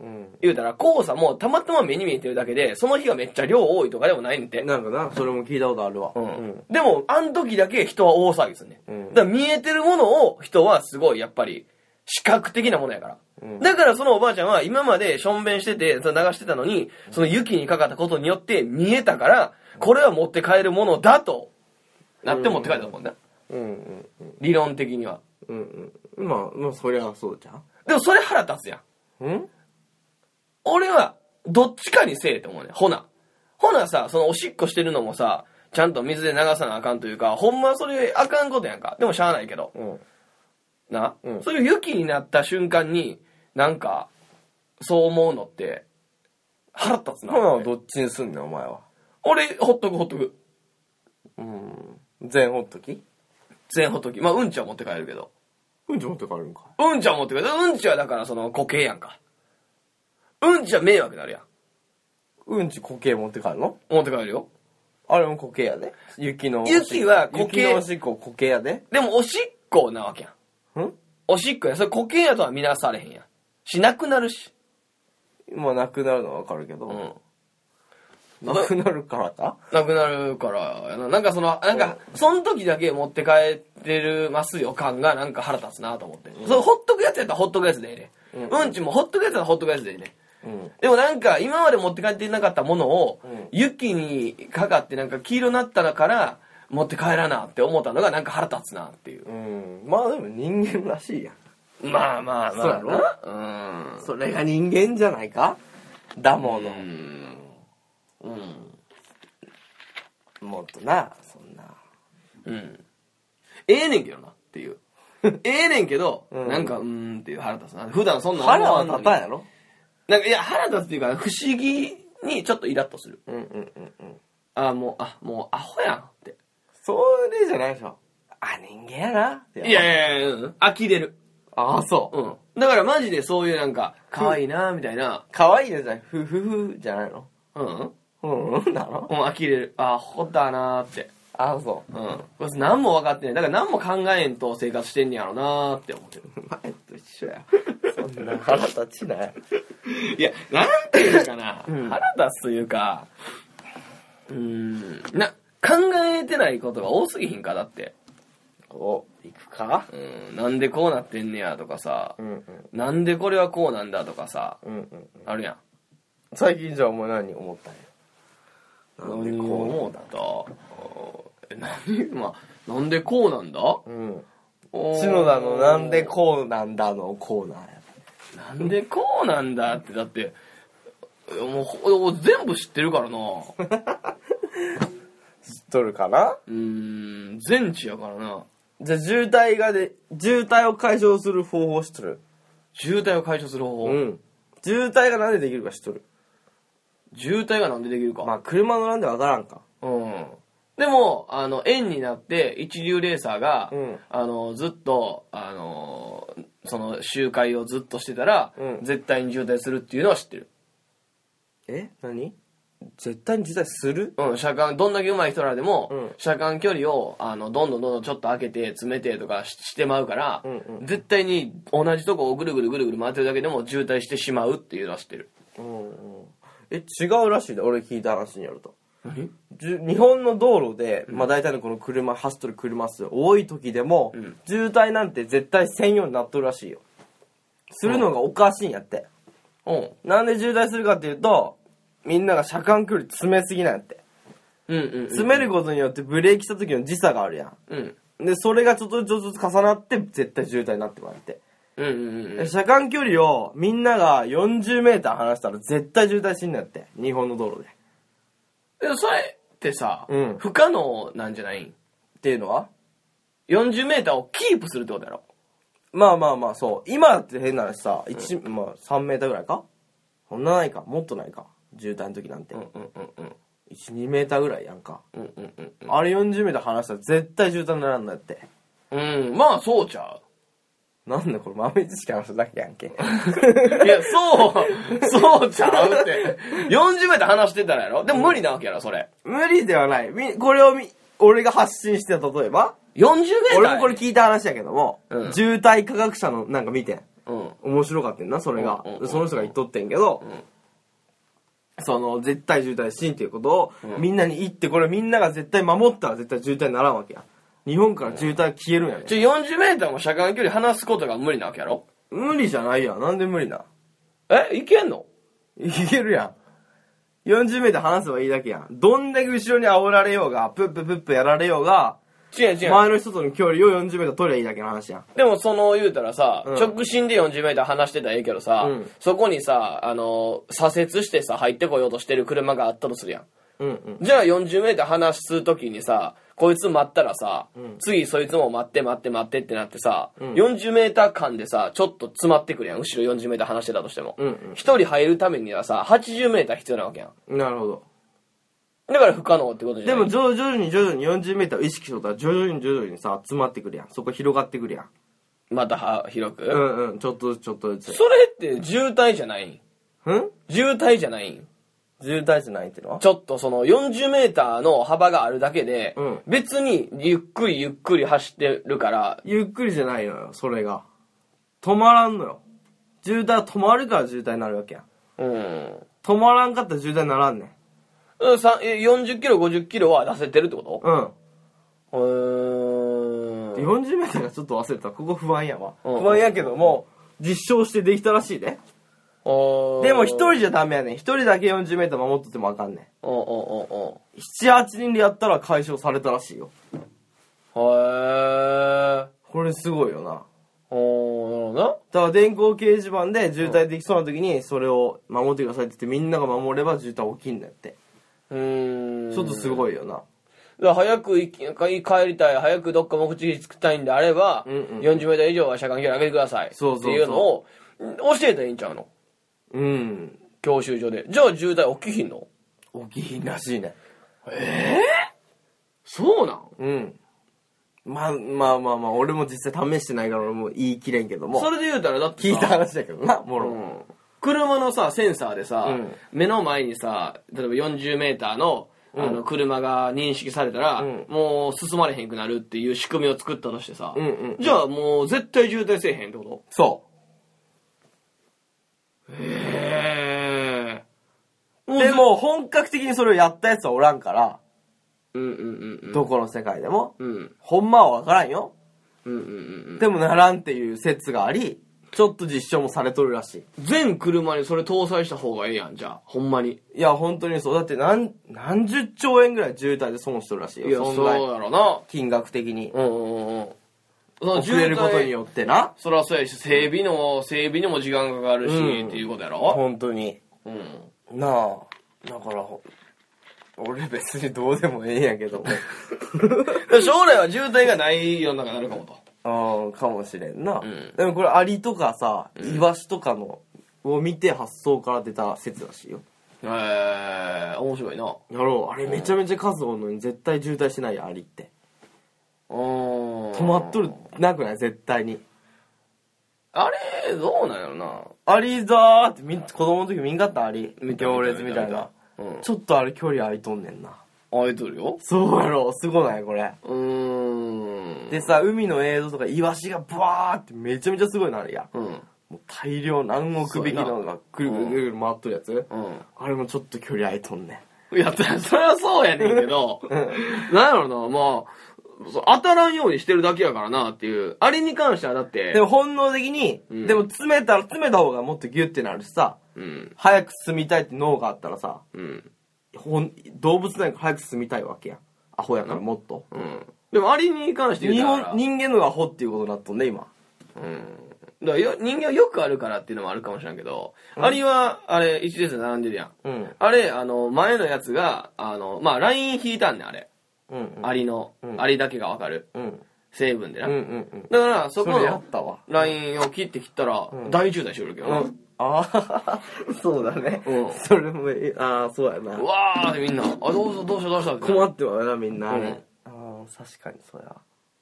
C: うん。
B: 言うたら、黄砂もたまたま目に見えてるだけで、その日がめっちゃ量多いとかでもないねんて。
C: なんかな、それも聞いたことあるわ。
B: うん。でも、あの時だけ人は大騒ぎするね。
C: うん
B: だから見えてるものを人はすごい、やっぱり、視覚的なものやから。
C: うん
B: だからそのおばあちゃんは今までしょんべんしてて、その流してたのに、その雪にかかったことによって見えたから、これは持って帰るものだと、なって持って帰ったもんね。
C: うんうんうん
B: 理論的には。
C: うんうん。まあ、まあ、そりゃそうじゃん。
B: でもそれ腹立つやん。
C: うん
B: 俺は、どっちかにせえって思うね。ほな。ほなさ、そのおしっこしてるのもさ、ちゃんと水で流さなあかんというか、ほんまはそれあかんことやんか。でもしゃあないけど。
C: うん。
B: な、
C: うん
B: そういう雪になった瞬間に、なんか、そう思うのって、腹立つな。
C: ほな、どっちにすんねん、お前は。
B: 俺、ほっとくほっとく。
C: うん。全ほっとき
B: 全ほっとき。まあ、うんちは持って帰るけど。
C: うんち持って帰るんか。
B: うんちは持って帰る。うんちはだからその固形やんか。うんちは迷惑なるやん。
C: うんち固形持って帰るの
B: 持って帰るよ。
C: あれも固形やで。雪の。
B: 雪は固形
C: 雪のおしっこ固形やで。
B: でも、おしっこなわけやん。
C: ん
B: おしっこや。それ固形やとは見なされへんやん。しなくなるし。
C: まあ、なくなるのはわかるけ
B: う
C: ど。
B: ん。
C: なくなるからか
B: なくなるからやな。なんかその、なんか、その時だけ持って帰ってるますよ感がなんか腹立つなと思って。それほっとくやつやったらほっとくやつでいいね。うんちもほっとくやつやったらほっとくやつでいいね。
C: うん。
B: でもなんか、今まで持って帰ってなかったものを
C: うん、
B: 雪にかかってなんか黄色になったから、持って帰らなって思ったのがなんか腹立つなっていう
C: う。ん。まあ、でも人間らしいやん。
B: まあまあまあ。
C: そうやろ
B: うん。
C: それが人間じゃないかだもの。
B: うん。
C: もっとな、そんな。
B: うん。ええねんけどなって いう。ええねんけど、
C: うん
B: なんか、うーんっていう腹立つな。普段そんなん思わ
C: 腹
B: ん
C: は
B: の
C: 立
B: に
C: たんやろ
B: なんか、いや、腹立つっていうか、不思議にちょっとイラッとする。
C: うんうんうんうん。
B: ああ、もう、あ、もう、アホやんって。
C: それじゃないでしょ。あ、人間やなって。
B: いやいやいや、うん。呆れる。
C: あ、そう。
B: うん。だからマジでそういうなんか、可愛いなみたいな、
C: 可愛いですね。ふふふじゃないの。
B: うん。
C: うんうんなの
B: うん、呆れる。あ、アホだなって。
C: あ、そう。
B: うん。こいつ何も分かってない。だから何も考えんと生活してんねやろなって思ってる。
C: 前と一緒や。そんな腹立ちない。
B: いや、なんて いうかな、
C: うん
B: 腹立つというか、うーん、な、考えてないことが多すぎひんか、だって。
C: お、行くか
B: うん、なんでこうなってんねやとかさ
C: う、んうん。
B: なんでこれはこうなんだとかさ、
C: うんうん。
B: あるやん。
C: 最近じゃあお前何思ったんや。なんで
B: 何を
C: こ
B: 思うだと。え何まあ、なんでこうなんだ
C: ううん。
B: おー
C: 篠田のなんでこうなんだのコーナーや。
B: なんでこうなんだって、だって、もうほ、俺全部知ってるから な。う
C: 知っとるかな
B: ーん、全知やからな。
C: じゃあ渋滞がで、渋滞を解消する方法知っとる
B: 渋滞を解消する方法。
C: うん。渋滞がなんでできるか知っとる
B: 渋滞がなんでできるか。
C: まあ車のなんでわからんか。
B: うん。でも、あの、円になって、一流レーサーが、
C: うん
B: あの、ずっと、あの、その、周回をずっとしてたら、
C: うん
B: 絶対に渋滞するっていうのは知ってる。
C: え何絶対に渋滞する
B: うん、車間、どんだけ上手い人らでも、
C: うん
B: 車間距離を、あの、どんどんどんどんちょっと開けて、詰めてとかししてまうから、
C: うんうん
B: 絶対に同じとこをぐるぐるぐるぐる回ってるだけでも渋滞してしまうっていうのは知ってる。
C: うんうん。え、違うらしいで、俺聞いた話によると。
B: 何
C: じゅ日本の道路で、まあ大体のこの車、走っとる車数多い時でも、
B: うん
C: 渋滞なんて絶対専用になっとるらしいよ。するのがおかしいんやって。
B: うん。
C: なんで渋滞するかっていうと、みんなが車間距離詰めすぎなんやって。
B: うんうん、うん。
C: 詰めることによってブレーキした時の時差があるや
B: うん。
C: ん。で、それがちょっとずつ重なって、絶対渋滞になってもらって。
B: うんうんうんうん。
C: 車間距離をみんなが40メーター離したら絶対渋滞しんなって。日本の道路で。っ
B: でもそれってさ、
C: うん
B: 不可能なんじゃない
C: ていうのは
B: ?40 メーターをキープするってことやろ
C: まあまあまあ、そう。今だって変な話さ、一まあ3メーターぐらいかそんなないか。もっとないか。渋滞の時なんて。
B: うんうんうん
C: 1、2メーターぐらいやんか。
B: うんうんうん
C: あれ40メーター離したら絶対渋滞にならんのやって。
B: うんうんまあそうちゃ
C: なんでこれ豆知識話しただけやんけ。
B: ういやそうそうちゃうって40メーター離してたらやろでも無理なわけやろそれ
C: 無理ではない。みこれをみ、俺が発信してた、例えば。
B: 40メーター
C: 俺もこれ聞いた話やけども、
B: うん
C: 渋滞科学者のなんか見てん。
B: うん
C: 面白かったんな、それが
B: うんうんうん。
C: でその人が言っとってんけど、その、絶対渋滞しんっていうことを、
B: うん
C: みんなに言って、これみんなが絶対守ったら絶対渋滞にならんわけや。日本から渋滞消えるんやね。
B: ちょ40メーターも車間距離離すことが無理なわけやろ
C: 無理じゃないやん。なんで無理な。
B: えいけんの
C: いけるやん。40メーター離せばいいだけやん。どんだけ後ろに煽られようが、プップップップやられようが、
B: 違う違う、
C: 前の人との距離を40メーター取りゃいいだけの話やん。
B: でもその言うたらさ、
C: うん
B: 直進で40メーター離してたらええけどさ、
C: うん
B: そこにさ、あの、左折してさ、入ってこようとしてる車があったとするやん。
C: うんうん。
B: じゃあ40メーター離すときにさ、こいつ待ったらさ、
C: ん
B: 次そいつも待って待って待ってってなってさ、
C: ん
B: 40メーター間でさ、ちょっと詰まってくるやん。後ろ40メーター離してたとしても。
C: うんうん
B: 一人入るためにはさ、80メーター必要なわけやん。
C: なるほど。
B: だから不可能ってことじ
C: で
B: ゃない
C: も、徐々に徐々に40メーターを意識しとったら、徐々に徐々にさ、詰まってくるやん。そこ広がってくるやん。
B: または広く、
C: うんうん、ちょっとずつちょっとずつ。
B: それって渋滞じゃないん
C: ん
B: 渋滞じゃないん
C: 渋滞じゃないってのは
B: ちょっとその40メーターの幅があるだけで、
C: うん
B: 別にゆっくりゆっくり走ってるから、
C: ゆっくりじゃないのよ、それが。止まらんのよ。渋滞は止まるから渋滞になるわけやん。
B: うん。
C: 止まらんかったら渋滞にならんねん。
B: うんさえ40キロ、50キロは出せてるってこ
C: うん。
B: とうーん。
C: 40メーターがちょっと忘れた。ここ不安やわ。
B: うん
C: 不安やけども、実証してできたらしいね。でも一人じゃダメやねん。一人だけ40メーター守っとってもあかんね
B: おお
C: ん。7、8人でやったら解消されたらしいよ。
B: おおおへえ。
C: これすごいよな。
B: おー、なるほ
C: だから電光掲示板で渋滞できそうな時にそれを守ってくださいって言ってみんなが守れば渋滞起きんだって。
B: どな。うーん。
C: ちょっとす
B: い。
C: ごいよな。
B: 早く行き帰りたい、早くどっか目的地着きたいんであれば、
C: うんうん
B: 40メーター以上は車間距離上げてください。
C: そうそうそう
B: っていうのを、ん教えたらいいんちゃうの
C: うん。
B: 教習所で。じゃあ渋滞起きひんの
C: 大きいひんらしいね。
B: そうなん
C: うん。まあまあまあまあ、俺も実際試してないから俺も言い切れんけども。
B: それで言うたらだってさ
C: 聞いた話だけどな、もろ。
B: うん車のさセンサーでさ、
C: うん
B: 目の前にさ例えば 40m のあの車が認識されたら、
C: うん
B: もう進まれへんくなるっていう仕組みを作ったとしてさ、
C: うんうん
B: じゃあもう絶対渋滞せえへんってこ
C: そ
B: とへ
C: う。でも、本格的にそれをやったやつはおらんから、
B: うんうんうんうん
C: どこの世界でも。
B: うんうん
C: ほんまはわからんよ。
B: うんうん
C: でもならんっていう説があり、ちょっと実証もされとるらし
B: うん全車にそれ搭載した方がええやんじゃあほんまに
C: い。いや、本当にそう。だって何、何十兆円ぐらい渋滞で損しとるらし
B: い
C: い
B: や
C: よ。
B: そう
C: 損害。
B: だろうな
C: 金額的に。
B: うんうんうんうんその
C: 遅れることによってな。
B: そらそうやし整備の整備にも時間かかるし、
C: うん
B: っていうことやろ、
C: 本当に。
B: うん
C: なあ。だから、ほ俺別にどうでもええんやけど も。
B: 将来は渋滞がない世の中になるかもと
C: ああ、かもしれんな。
B: ん
C: でもこれ、アリとかさ、イワシとかの、を見て発想から出た説らしいよ。
B: へえ面白いな
C: やろう。あれめちゃめちゃ数多いのに絶対渋滞しないよアリって。
B: うん
C: 止まっとる、なくない絶対に。
B: あれどうなんやろな
C: アリだーってみん、子供の時見んかったアリ。
B: 見た
C: 行列みたい
B: 見た
C: な。
B: うん
C: ちょっとあれ距離空いとんねんな。
B: 空いとるよ
C: そうやろ、すごないこれ。
B: うーん
C: でさ、海の映像とかイワシがブワーってめちゃめちゃすごいなるやん。
B: うん
C: もう大量何億匹のがくるくるくるくる回っとるやつ、
B: う
C: あれもちょっと距離空いとんねん。
B: んいやそれ はそうやねんけど、なんやろなまあそう当たらんようにしてるだけやからなっていうあれに関してはだって
C: でも本能的に、
B: うん
C: でも詰めたら詰めた方がもっとギュってなるしさ、
B: うん
C: 早く進みたいって脳があったらさ、
B: うん
C: ほん動物なんか早く進みたいわけやん。アホやからもっと。
B: うんでもあれに関して言
C: 日
B: うたら
C: 本、人間のがアホっていうことになっとんね、今。
B: だからよ人間はよくあるからっていうのもあるかもしれんけど、あれは、あれ、一列で並んでるやん。
C: うん。
B: あれ、あの、前のやつが、あの、まあ、ライン引いたんねん、あれ。
C: うんうん。
B: アリの
C: う、ん
B: アリだけがわかる。
C: うん。
B: 成分でな。
C: うんう
B: だ
C: んうん。
B: から、そこ
C: それや
B: の
C: ったわ。
B: ラインを切って切ったら、大渋滞してくるけどな。
C: うん。ああ、 そうだね。
B: うん
C: それもえ、ああ、そうやな
B: う。わーってみんな、あ、どうしたどうしたどうしたって
C: 困ってはな、みんな。あ
B: うん
C: れああ、確かにそうや。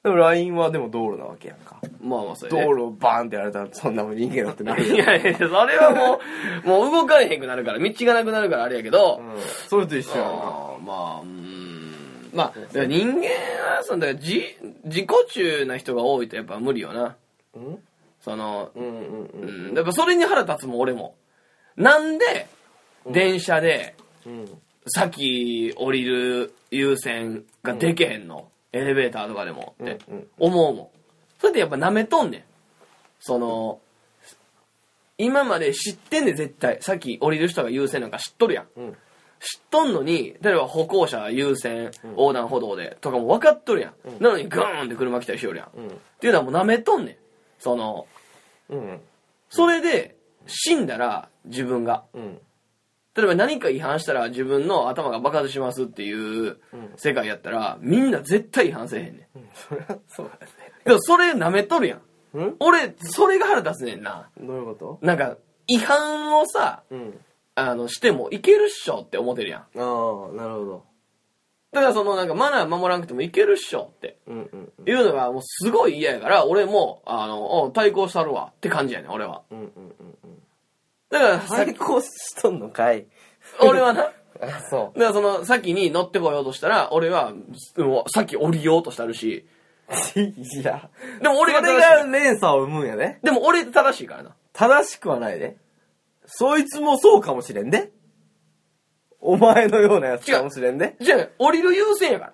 C: でも LINE はでも道路なわけやんか。
B: まあまあ、それ
C: 道
B: で。
C: 路をバーンってやられたら、そんなもん人間だってなる
B: い
C: よ。
B: やいや、それはも う、もう動かれへんくなるから、道がなくなるからあれやけど、
C: うん。それと一緒やな。
B: あーまあ、うーん。まあ、だから人間は、その、だから自、自己中な人が多いとやっぱ無理よな。
C: ん
B: その、
C: うんうんう。
B: うんん、やっぱそれに腹立つもん、俺も。なんで、電車で、
C: うん。
B: 先降りる優先がでけへんの、エレベーターとかでもって
C: うんうん
B: 思うもん。それでやっぱ舐めとんねん。その、今まで知ってんで絶対、先降りる人が優先なんか知っとるやん
C: うん。
B: 知っとんのに、例えば歩行者優先、横断歩道で、とかも分かっとるやん。なのにグーンって車来たりしよるやん。っ
C: うん。
B: ていうのはもう舐めとんねん。その、
C: うん。
B: それで死んだら自分が。
C: うん。
B: 例えば何か違反したら自分の頭が爆発しますっていう世界やったら、みんな絶対違反せえへんねん。
C: そりゃそうだね。
B: でもそれ舐めとるやん。
C: ん
B: 俺、それが腹立つねんな。
C: どういうこと
B: なんか、違反をさ、
C: うん。
B: あの、してもいけるっしょって思ってるやん。
C: ああ、なるほど。
B: だからそのなんかマナー守らなくてもいけるっしょって。
C: うんうん
B: いうのがもうすごい嫌やから、俺も、あの、お対抗したるわって感じやねん、俺は。
C: うんうんうんうん。
B: だから、さ
C: 最高しとんのかい。
B: 俺はな、だか
C: あ、 そ
B: らその、先に乗ってこようとしたら、俺は、もう、先降りようとしたるし、
C: う。いや。
B: でも
C: そ
B: 俺
C: れ
B: が正しい
C: が連鎖を生むんやね。
B: でも俺正しいからな。
C: 正しくはないで。そいつもそうかもしれんで。お前のようなやつかもしれんで。
B: じゃあ、降りる優先やから。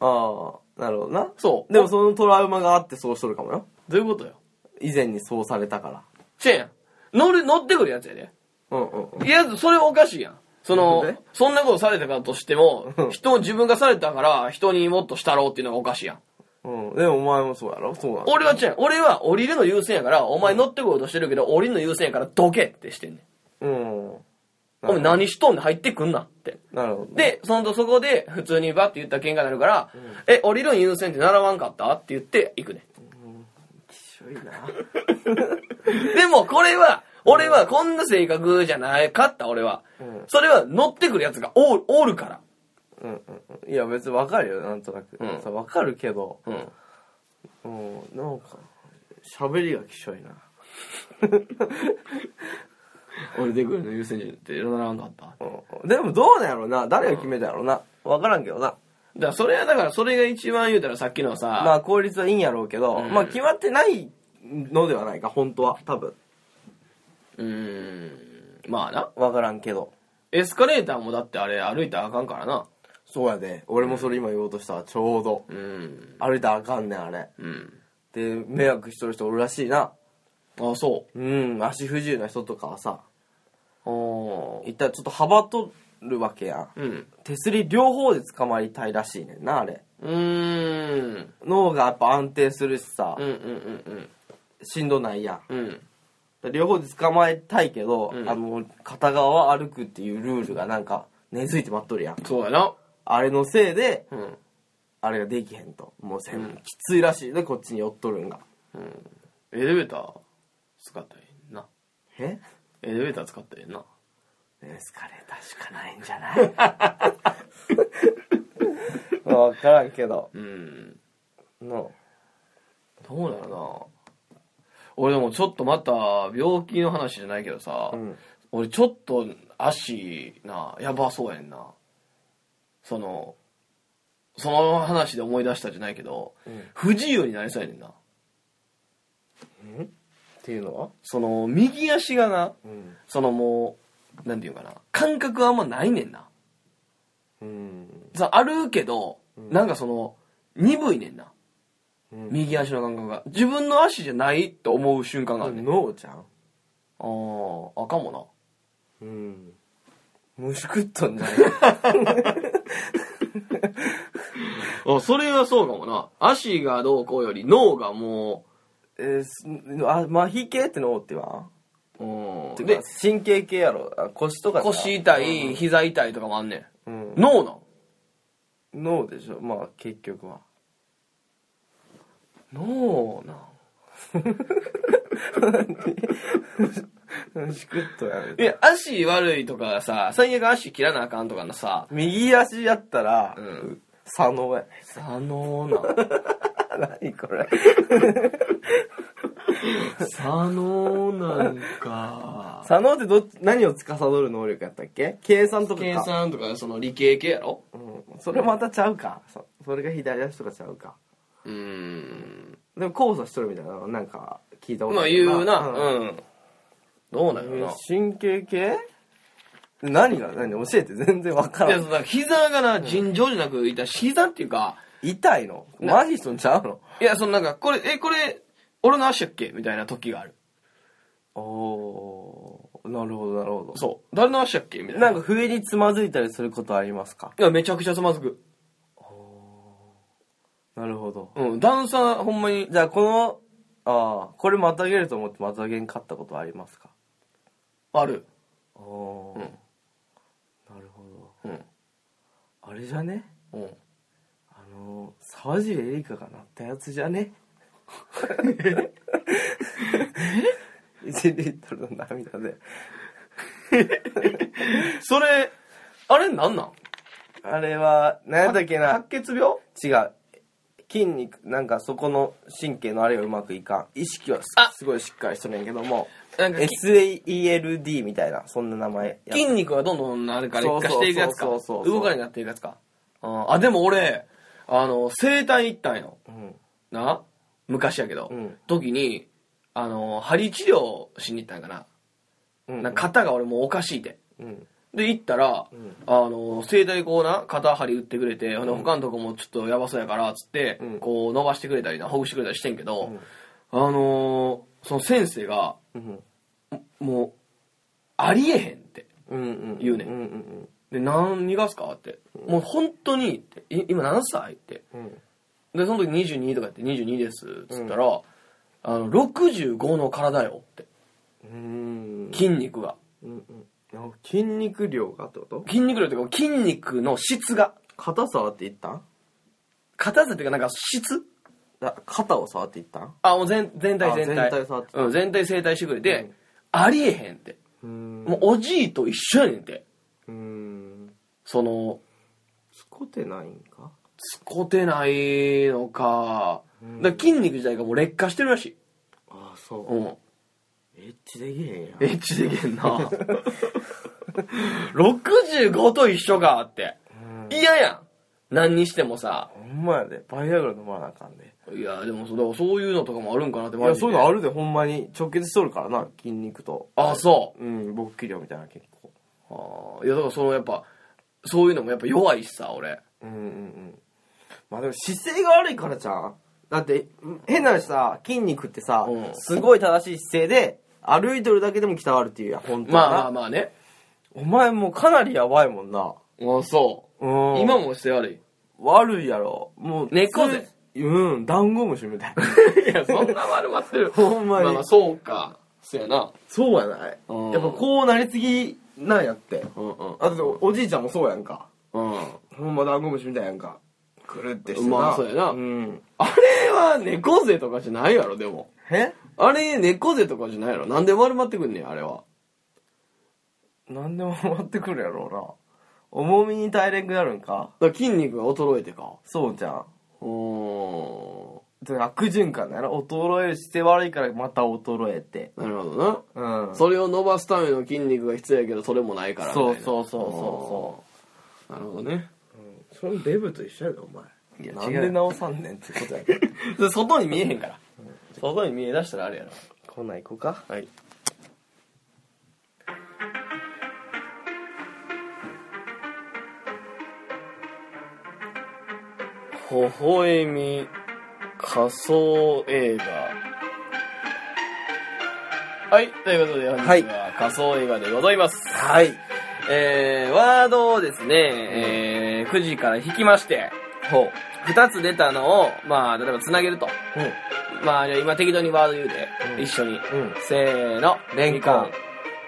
C: ああ、なるほどな。
B: そう。
C: でもそのトラウマがあってそうしとるかもよ。
B: どういうことよ。
C: 以前にそうされたから。
B: せやん。乗る、乗ってくるやつやで。
C: うんうんうん。
B: いや、それおかしいやん。そ
C: なん
B: の
C: で、
B: そんなことされたからとしても
C: う、ん
B: 人、自分がされたから、人にもっとしたろうっていうのがおかしいやん。
C: うん。でもお前もそうやろそうなの。
B: 俺は違う。俺は降りるの優先やから、お前乗ってこようとしてるけど、降りるの優先やから、どけってしてんねん。
C: うん。
B: お前何しとんねん、入ってくんなって。
C: なるほど。、
B: で、そのそこで、普通にバッて言ったら喧嘩になるから、え、降りるの優先って習わんかったって言って、行くね
C: きしょいな。
B: ん。でも、これは、俺はこんな性格じゃないかった、俺は。それは乗ってくるやつがおるおるから。
C: うんうん、いや別にわかるよなんとなく、
B: うん
C: そうわかるけど、
B: うん。
C: うん、なんか喋りがきしょいな
B: 俺出てくるの優先順位って選ばなかった。
C: うんでもどうなんやろな誰が決めたんやろなわからんけどな
B: だからそれはだからそれが一番言うたらさっきのさ、
C: まあ効率はいいんやろうけど、
B: うん
C: まあ決まってないのではないか本当は多分
B: うーんまあな
C: わからんけど
B: エスカレーターもだってあれ歩いたらあかんからな
C: そうやで俺もそれ今言おうとしたわちょうど
B: うん
C: 歩いたらあかんねんあれ
B: うん
C: で迷惑しとる人おるらしいな
B: あそ
C: うん足不自由な人とかはさ
B: うあ
C: 一体ちょっと幅取るわけやん
B: うん
C: 手すり両方で捕まりたいらしいねんなあれ
B: うーん
C: 脳がやっぱ安定するしさ、
B: うんうんうん
C: しんどないやん
B: うんうん
C: 両方で捕まえたいけど、
B: うん
C: あの片側は歩くっていうルールがなんか根付いてまっとるやん
B: そうやな
C: あれのせいで
B: うん
C: あれができへんともうせん、
B: うん
C: きついらしいでこっちに寄っとるんが
B: エレベーター使ったらええな
C: え
B: エレベーター使ったらええな
C: エスカレーターしかないんじゃ ない分からんけど
B: うん
C: の
B: どうなのな俺でもちょっとまた病気の話じゃないけどさ、
C: うん
B: 俺ちょっと足なやばそうやんなそのその話で思い出したじゃないけど、
C: うん
B: 不自由になりそうやねんな
C: っていうのは
B: その右足がな
C: うん
B: そのもうなんていうかな感覚あんまないねんな
C: うん
B: さあるけど、なんかその鈍いねんな
C: うん
B: 右足の感覚が自分の足じゃないと思う瞬間があるねん、
C: 脳じゃん
B: あーあかもな
C: うん虫食っとんじゃない
B: あ、それはそうかもな。足がどうこうより脳がも
C: えーすあ麻痺系って脳って言わん
B: う、うん。
C: で
B: で、
C: 神経系やろあ腰とかさ
B: 腰痛い、膝痛いとかもあんね
C: うん
B: ん。脳なん
C: 脳でしょまあ結局は
B: 脳なん
C: しくっとやる
B: いや、足悪いとかさ、最悪足切らなあかんとかのさ、
C: 右足やったら、
B: うん
C: 左脳や
B: 左脳なん。
C: 何こ れ
B: 左脳なんか。
C: 左脳ってどっち何を司る能力やったっけ計算とかか
B: 計算とかその理系系やろ
C: うん、それまたちゃうかそそれが左足とかちゃうか
B: うーん。
C: でも交差しとるみたいなのなんか聞いたこと
B: まあ
C: る
B: 言うな、うん。どうなんやろな。
C: 神経系何が何教えて全然わか
B: い
C: ら
B: や、
C: ん
B: だから膝がな、尋常じゃなく痛い。膝っていうか、
C: 痛いの麻痺しとんちゃうの
B: いや、そのなんか、これ、え、これ、俺の足やっけみたいな時がある。
C: おーなるほどなるほど
B: そう。誰の足やっけみたいな。
C: なんか笛につまずいたりすることありますか
B: いや、めちゃくちゃつまずく。
C: なるほど
B: うん。段差、ほんまに。
C: じゃあこのああこれまたげると思ってまたげんかったことありますか
B: ある。
C: あー
B: うん。
C: なるほど
B: うん。
C: あれじゃね
B: うん。
C: あの沢尻エリカがなったやつじゃ ねえ1リットルの涙で
B: それ、あれなんなん
C: あれは何やったっけな
B: 白血病
C: 違う筋肉なんかそこの神経のあれがうまくいかん意識はす
B: あ
C: すごいしっかりしとるんやけども
B: なんか、き
C: SAELD みたいなそんな名前や
B: 筋肉がどんどん、あれか
C: そ
B: 劣
C: うそ
B: 化
C: う
B: していくやつか。
C: そうそうそうそう
B: 動かなくなっていくやつか。あーあ、でも俺、あの、整体行ったんよ。
C: うん
B: な昔やけど。
C: うん
B: 時に、あの、針治療しに行ったんかな。
C: うん
B: なんか肩が俺もうおかしいて。
C: うん
B: で、行ったら、
C: ん
B: あの、整体こうな、肩張り打ってくれて、ほんで他のとこもちょっとやばそうやから、つって、
C: うん
B: こう伸ばしてくれたりな、ほぐしてくれたりしてんけど、
C: ん
B: あのーその先生が、
C: うん
B: もう、ありえへんって。
C: うんうん
B: 言うね
C: うんうん
B: で、何がすかって。もう本当にって、い今何歳って。
C: うんうん
B: で、その時22とか言って22です、つったら、あの、65の体よって。
C: うーん
B: 筋肉が。
C: うんうんあ筋肉量がってこと
B: 筋肉量っていうか、筋肉の質が。
C: 肩触っていったん
B: 硬さっていうか、なんか質
C: だ肩を触っていったん
B: あ、もう全全体
C: あ
B: 全体。
C: 全体触ってた
B: うん、全体整体してくれて、ありえへんって。
C: うーん
B: もうおじいと一緒やねんって。
C: うーん
B: その、
C: つこてないんか
B: つこてないのか。だから筋肉自体がもう劣化してるらしい。
C: ああそう、
B: うん。
C: エッチできへんやん
B: エッチできん な。65と一緒かって。嫌やん。何にしてもさ。
C: ほんまやでバイアグラ飲まなあかんで、
B: いや、でもそうだからそういうのとかもあるんかなって
C: いや
B: マジで。
C: そういうのあるでほんまに直結しとるからな筋肉と
B: あ、そう。
C: うん勃起量みたいな結構
B: あーいやだからそのやっぱそういうのもやっぱ弱いしさ俺
C: うんうんうんまあでも姿勢が悪いからじゃんだってうん変な話さ筋肉ってさ、
B: うん
C: すごい正しい姿勢で歩いてるだけでも鍛わるっていうやん本当
B: まあ
C: はな、
B: まあまあね
C: お前もうかなりやばいもんな
B: あそ
C: うん
B: 今もして悪い
C: 悪いやろもう
B: 猫背
C: つうんダンゴムシみたい
B: いやそんな丸まってる
C: ほんまに
B: ああそうかそうやな
C: そうやない
B: うん
C: やっぱこうなりすぎなんやって
B: うんうん
C: あとおじいちゃんもそうやんか
B: うん
C: ほんまダンゴムシみたいやんかくるってしてな
B: まあそうやなんあれは猫背とかじゃないやろでも
C: え
B: あれ猫背とかじゃないやろなんで丸まってくんねんあれは
C: なんでも回ってくるやろうな重みに耐えれんくなるんか
B: だから筋肉が衰えてか
C: そうじゃん
B: うーん
C: で悪循環だよな衰える姿勢悪いからまた衰えて
B: なるほどな
C: うん
B: それを伸ばすための筋肉が必要やけどそれもないからみたいな
C: そうそうそうそうそう
B: なるほどね
C: それデブと一緒やでお前
B: いや
C: なん
B: 違う
C: で直さんねんってことやけど
B: 外に見えへんから外に見えだしたらあれやろ
C: こんなん行こうか
B: はい微笑み仮想映画はいということで本日は仮想映画でございます
C: はい
B: えー、ワードをですね、えー、9時から引きまして
C: ほう
B: 2つ出たのをまあ例えばつなげると
C: う
B: まあ、じゃあ今適当にワード言うで、
C: うん
B: 一緒に。
C: ん
B: せーの、
C: レンコン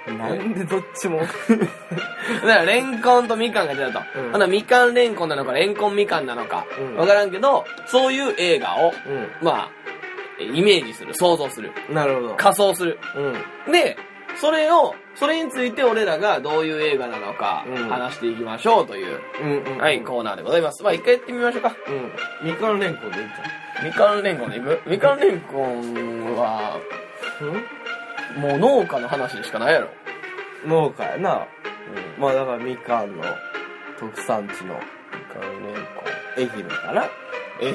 B: み
C: うんなんでどっちも
B: かんだから、レンコンとみかんが出たと。
C: うん
B: ほなみかんレンコンなのか、レンコンみかんなのか
C: う、ん
B: わからんけど、そういう映画を、
C: う
B: まあ、イメージする、想像する、
C: んなるほど
B: 仮想する。
C: うん
B: で、それを、それについて俺らがどういう映画なのか
C: うん、
B: 話していきましょうという、
C: うんうん
B: はい、コーナーでございます。まあ、一回やってみましょうか。
C: うんみかんれんこんでいいんじ
B: みかんレンコンでいくみかんレンコンは、
C: ゃんうん
B: もう農家の話でしかないやろ。
C: 農家やな、まあだからみかんの特産地の
B: みかんレンコン。
C: 愛媛かな
B: 愛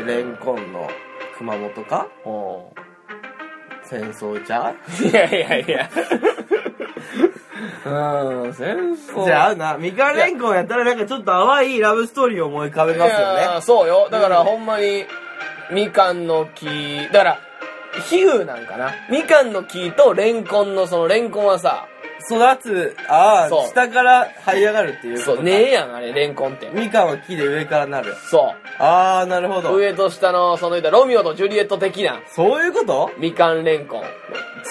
B: 媛
C: でレンコンの熊本か
B: お
C: 戦争じゃ
B: いやいやいや うん戦争
C: じゃあ合うなみかんれんこんやったらなんかちょっと淡いラブストーリーを思い浮かべますよ
B: いや
C: ね
B: そうよだから
C: うん
B: ほんまにみかんの木だから比喩なんかなみかんの木とレンコンのそのレンコンはさ
C: 育つあ
B: そう
C: あ下から這い上がるっていうこと
B: そう
C: か
B: ねえやんあれレンコンって
C: みかんは木で上からなる
B: そ
C: ああなるほ
B: う
C: ど
B: 上と下のその言ったらロミオとジュリエット的な
C: そういうこと
B: みかんレンコン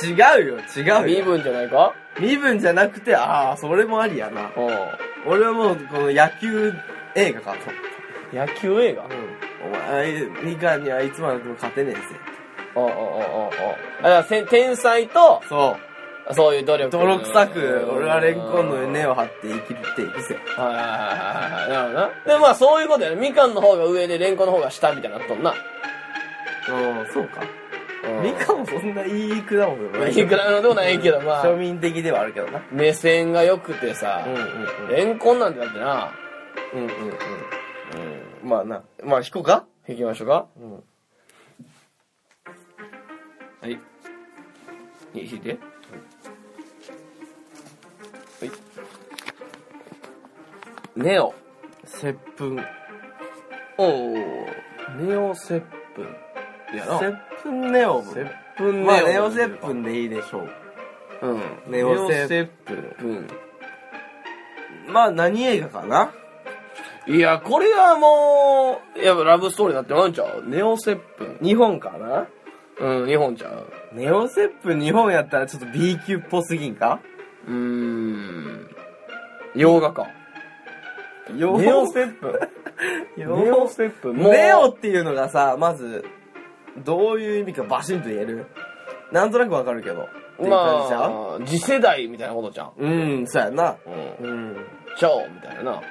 C: 違うよ違う
B: 身
C: よ
B: 分じゃないか
C: 身分じゃなくてああそれもありやな
B: おう
C: 俺はもうこの野球映画かと
B: 野球映画
C: お前、みかんにはいつまでも勝てねえぜ。
B: おうおうおうおうおうだからせ天才と
C: そ
B: そういう努
C: う。
B: 力。
C: 泥臭く、俺はレンコンの根を張って生きていくぜ。
B: はいはいはいはい。なるほどな。で、まあそういうことやね。みかんの方が上で、レンコンの方が下みたいになっとんな。
C: うん、そうか。みかんもそんないい果物でもない。
B: いくらのでもないけど、まあ
C: 庶、民的ではあるけどな。
B: 目線が良くてさ、
C: うんうんうん。
B: レンコンなんてだってな、
C: うんうんうん。まあな。まあ、引こうか
B: 行きましょうか。
C: うん。
B: はい。引いて。はい。ネオ。
C: 接吻。
B: おお。ネオ接吻。いやな。
C: 接吻ネオブ。
B: 吻
C: まあ、ネオ接吻でいいでしょう。
B: うん。
C: ネオ接吻
B: 吻。
C: まあ、何映画かない
B: や、これはもう、やっぱラブストーリーになってまうんちゃうネオセップ
C: 日本かな
B: ン。うん、日本ちゃう。
C: ネオ接吻日本やったらちょっと B 級っぽすぎんか
B: うーん。洋画か。
C: ネ
B: ネオセップン。
C: ネ
B: ネオ
C: オ
B: セップン。もう
C: ネオっていうのがさ、まず、どういう意味かバシンと言えるなんとなくわかるけど。いう感じじゃん、
B: まあ、次世代みたいなことじゃん。
C: うん、そうやな。
B: うん。
C: うん。
B: チャオみたいな。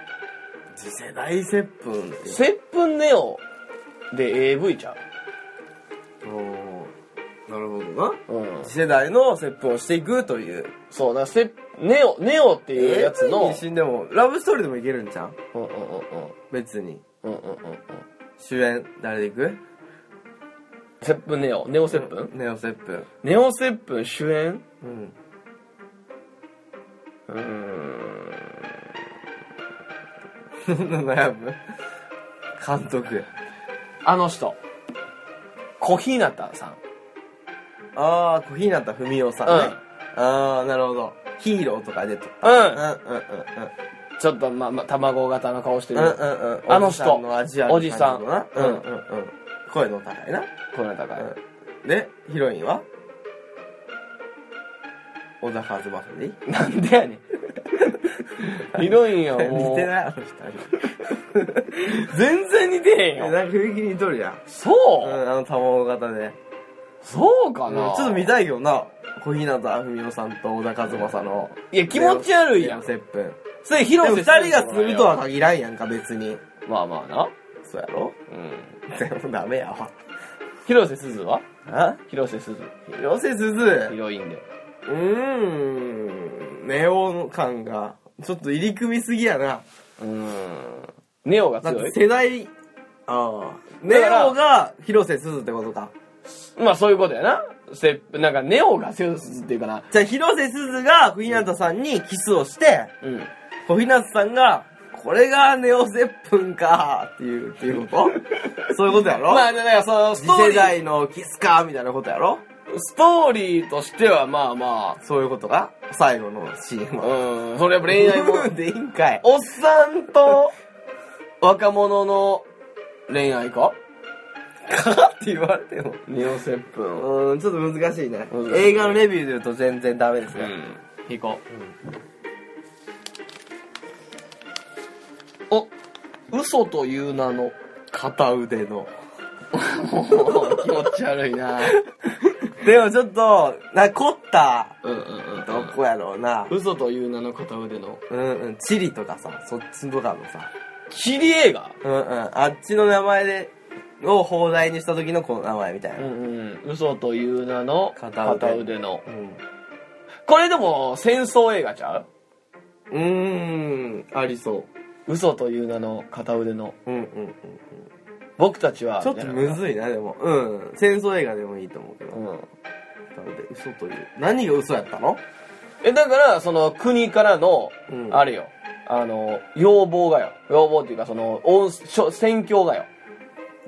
C: 次世代接吻って。
B: 接吻ネオで AV ちゃ
C: おーなるほどな。
B: う。うん。
C: 次世代の接吻をしていくという。
B: そうな、接、ネオ、ネオっていうやつの、
C: 死んでも、ラブストーリーでもいけるんじゃん
B: うんうんうんうん。
C: 別に。
B: うんうんうんうん。
C: 主演、誰でいく
B: 接吻ネオ、ネオ接吻、
C: ネオ接吻。
B: ネオ接吻主演
C: うん。
B: うーん。
C: そん な悩む監督。
B: あの人。小日向さん。
C: あー、小日向文世さんね。あー、なるほど。ヒーローとかでと。
B: うん。う
C: うんんうんうん
B: ちょっと、まあ、まあ、卵型の顔して
C: うん。う
B: る。
C: んうんうん。
B: あの人
C: おじさんの
B: おじさん
C: 味ある感じのなうんうんうん。声の高いな。
B: この高い。
C: うんで、ヒロインは小田和正でいい
B: なんでやねん。ひどいんよ、も
C: 似て
B: う。
C: ないあの人。
B: 全然似てへん
C: なん
B: よ。
C: か雰囲気似とるじゃん。
B: そうう、
C: ん、あの卵型で。
B: そうか
C: うん
B: な、
C: ちょっと見たいけどな。小日向文世さんと小田和正の。
B: いや、気持ち悪いやん。
C: 接吻。
B: それ、
C: で
B: 広
C: も
B: 瀬
C: 二
B: すず
C: 人がするとは。限らんやんか、別に。
B: まあまあな。
C: そうや ろ
B: うん。
C: でもダメやわ。
B: 広瀬すずは
C: あ
B: 広瀬すず。
C: 広瀬すず。
B: ヒ
C: う
B: ロインで。
C: ーん。ネオの感が、ちょっと入り組みすぎやな。
B: うーん。ネオが
C: だっ
B: 強
C: て
B: い。
C: 世代、ああ。ネ
B: だから
C: オが広瀬すずってことか。
B: まあそういうことやな。せなんか、ネオが強いっていうかな。
C: じゃあ広瀬すずが小日向さんにキスをして、
B: うん。
C: 小日向さんが、これがネオゼップンかっていう、っていうこと そういうことやろ
B: まあ、だからその、ストー
C: 次世
B: リー、
C: 代のキスかみたいなことやろ
B: ストーリーとしてはまあま
C: そういうことが最後のシーン
B: あ、
C: は。
B: うん。それやっぱ恋愛も
C: うん でいいんかい。
B: おっさんと若者の恋愛 か
C: かって言われても。
B: ネオセップンを。
C: うん、ちょっと難しいね
B: 難。しい
C: 映画のレビューで言うと全然ダメです
B: う
C: ね。
B: ん。行こう。お、嘘という名の。
C: 片腕の。
B: も う気持ち悪いな。
C: でもちょっと、な、凝った、
B: うんうんうん。
C: どこやろうな。
B: 嘘という名の片腕の。
C: うんうん、チリとかさ、そっちとかのさ。
B: チリ映画
C: うんうん、あっちの名前で、を放題にした時のこの名前みたいな。
B: んうん。嘘という名の
C: 片腕
B: の
C: う。ん。
B: これでも戦争映画ちゃう
C: うーん、ありそ
B: 嘘という名の片腕の。
C: う。うんうんうん。
B: 僕たちは。
C: ちょっとむずいな、でも。うん。戦争映画でもいいと思うけど。
B: うん。
C: なので、嘘という。何が嘘やったの
B: え、だから、その国からの、
C: うん
B: あれよ、あの、要望がよ、要望っていうか、その、音、しょ宣教がよ、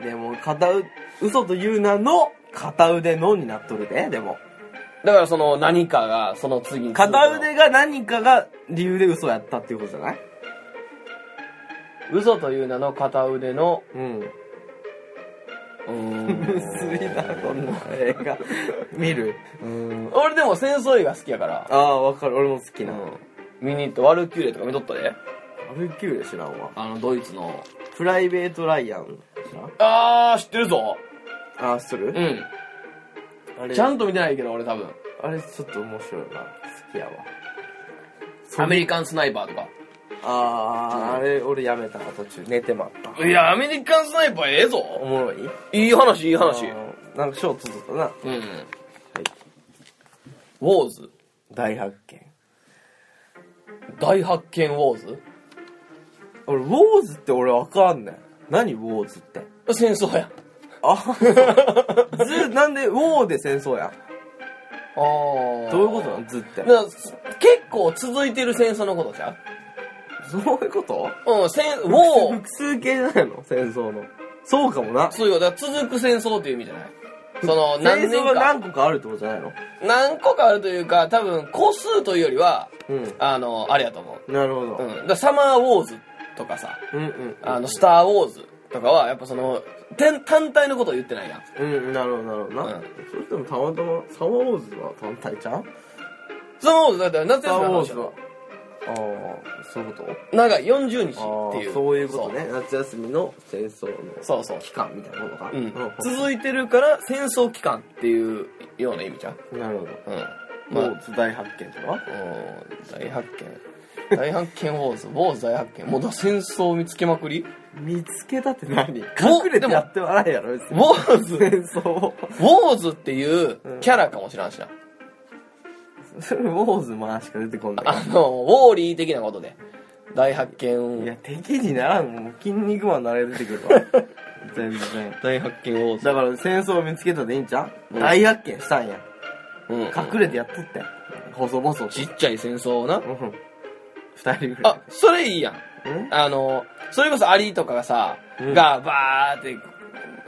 C: でも、片う、嘘という名の、片腕のになっとるで、でも。
B: だからその何かが、その次に。
C: 片腕が何かが理由で嘘やったっていうことじゃない
B: 嘘という名の片腕の、
C: うん。
B: うー
C: む
B: ん。
C: ずいな、こんな映画。見る
B: うーん俺でも戦争映画好きやから、
C: ああ、わかる。俺も好き
B: う
C: な。
B: ん。見に行って、ワルキューレとか見とったで。
C: バルキューレ知らんわ。
B: あの、ドイツの。
C: プライベート・ライアン知らん
B: あー、知ってるぞ。
C: ああ、する
B: うん。
C: あれ
B: ちゃんと見てないけど、俺多分。
C: あれちょっと面白いな。好きやわ。
B: アメリカンスナイパーとか。
C: ああ、あれ俺やめたわ、途中。寝てまった。
B: いや、アメリカンスナイパーええ
C: お
B: ぞ。
C: もろい
B: いい話、いい話。
C: あーなんか賞取っとったな。
B: うん。ウォーズ
C: 大発見。
B: 大発見ウォーズ
C: 俺、ウォーズって俺わかんない。何ウォーズって。
B: 戦争や。
C: あず、なんで、ウォーで戦争やん。
B: ああ
C: どういうことなのずって。
B: だから結構続いてる戦争のことじゃん
C: そういうこと
B: うん、戦、ウォー
C: 複、数形じゃないの戦争の。そうかもな。
B: そうよ、だから続く戦争っていう意味じゃないそ の、
C: 戦
B: 何
C: 争
B: 年
C: が
B: か、
C: 何個かあるってことじゃないの
B: 何個かあるというか、多分、個数というよりは、
C: うん。
B: あの、あれやと思
C: なるほ
B: う。う
C: ど。
B: ん。だからサマーウォーズとかさ、
C: うんうん。
B: あの、スターウォーズとかは、やっぱその、て単体のことを言ってないやん。
C: うん、なるほど、なるほどな。
B: うん
C: それともたまたま、サマーウォーズは単体ちゃん
B: スターウォーズだったら夏
C: サ
B: 休み
C: マーウ
B: の
C: ォー
B: 話
C: ズ
B: や
C: は
B: ろ。
C: ああ、そういうこと
B: 長い40
C: あ
B: 日っていう。
C: あ、そういうことね。夏休みの戦争の
B: そう。そうそ
C: 期間みたいなことか。
B: う。うん。
C: う
B: 続いてるから、戦争期間っていうような意味じゃん。
C: んなるほど。
B: うん。
C: ポーツ大発見とか
B: おー大発見大発見ウォーズウォーズ大発見もうだ戦争を見つけまくり
C: 見つけたって何 隠
B: お
C: れ
B: で
C: て
B: も
C: やって笑いやろ別
B: ウ
C: に
B: ォーズ
C: 戦争を
B: ウォーズっていうキャラかもしらんしな
C: それ ウォーズマンしか出てこんない
B: あのウォーリー的なことで大発
C: いや
B: 見
C: 敵にならんもう筋肉マンなら出てくる わ全然
B: 大発見ウォーズ
C: だから戦争を見つけたでいいんちゃう、
B: うん
C: 大発見したんや
B: うん
C: 隠れてやっとったよ細々と
B: ちっちゃい戦争をな
C: うん二人ぐらい
B: あそれいいやん
C: うん
B: あのそれこそアリとかがさ、
C: うん
B: がバーって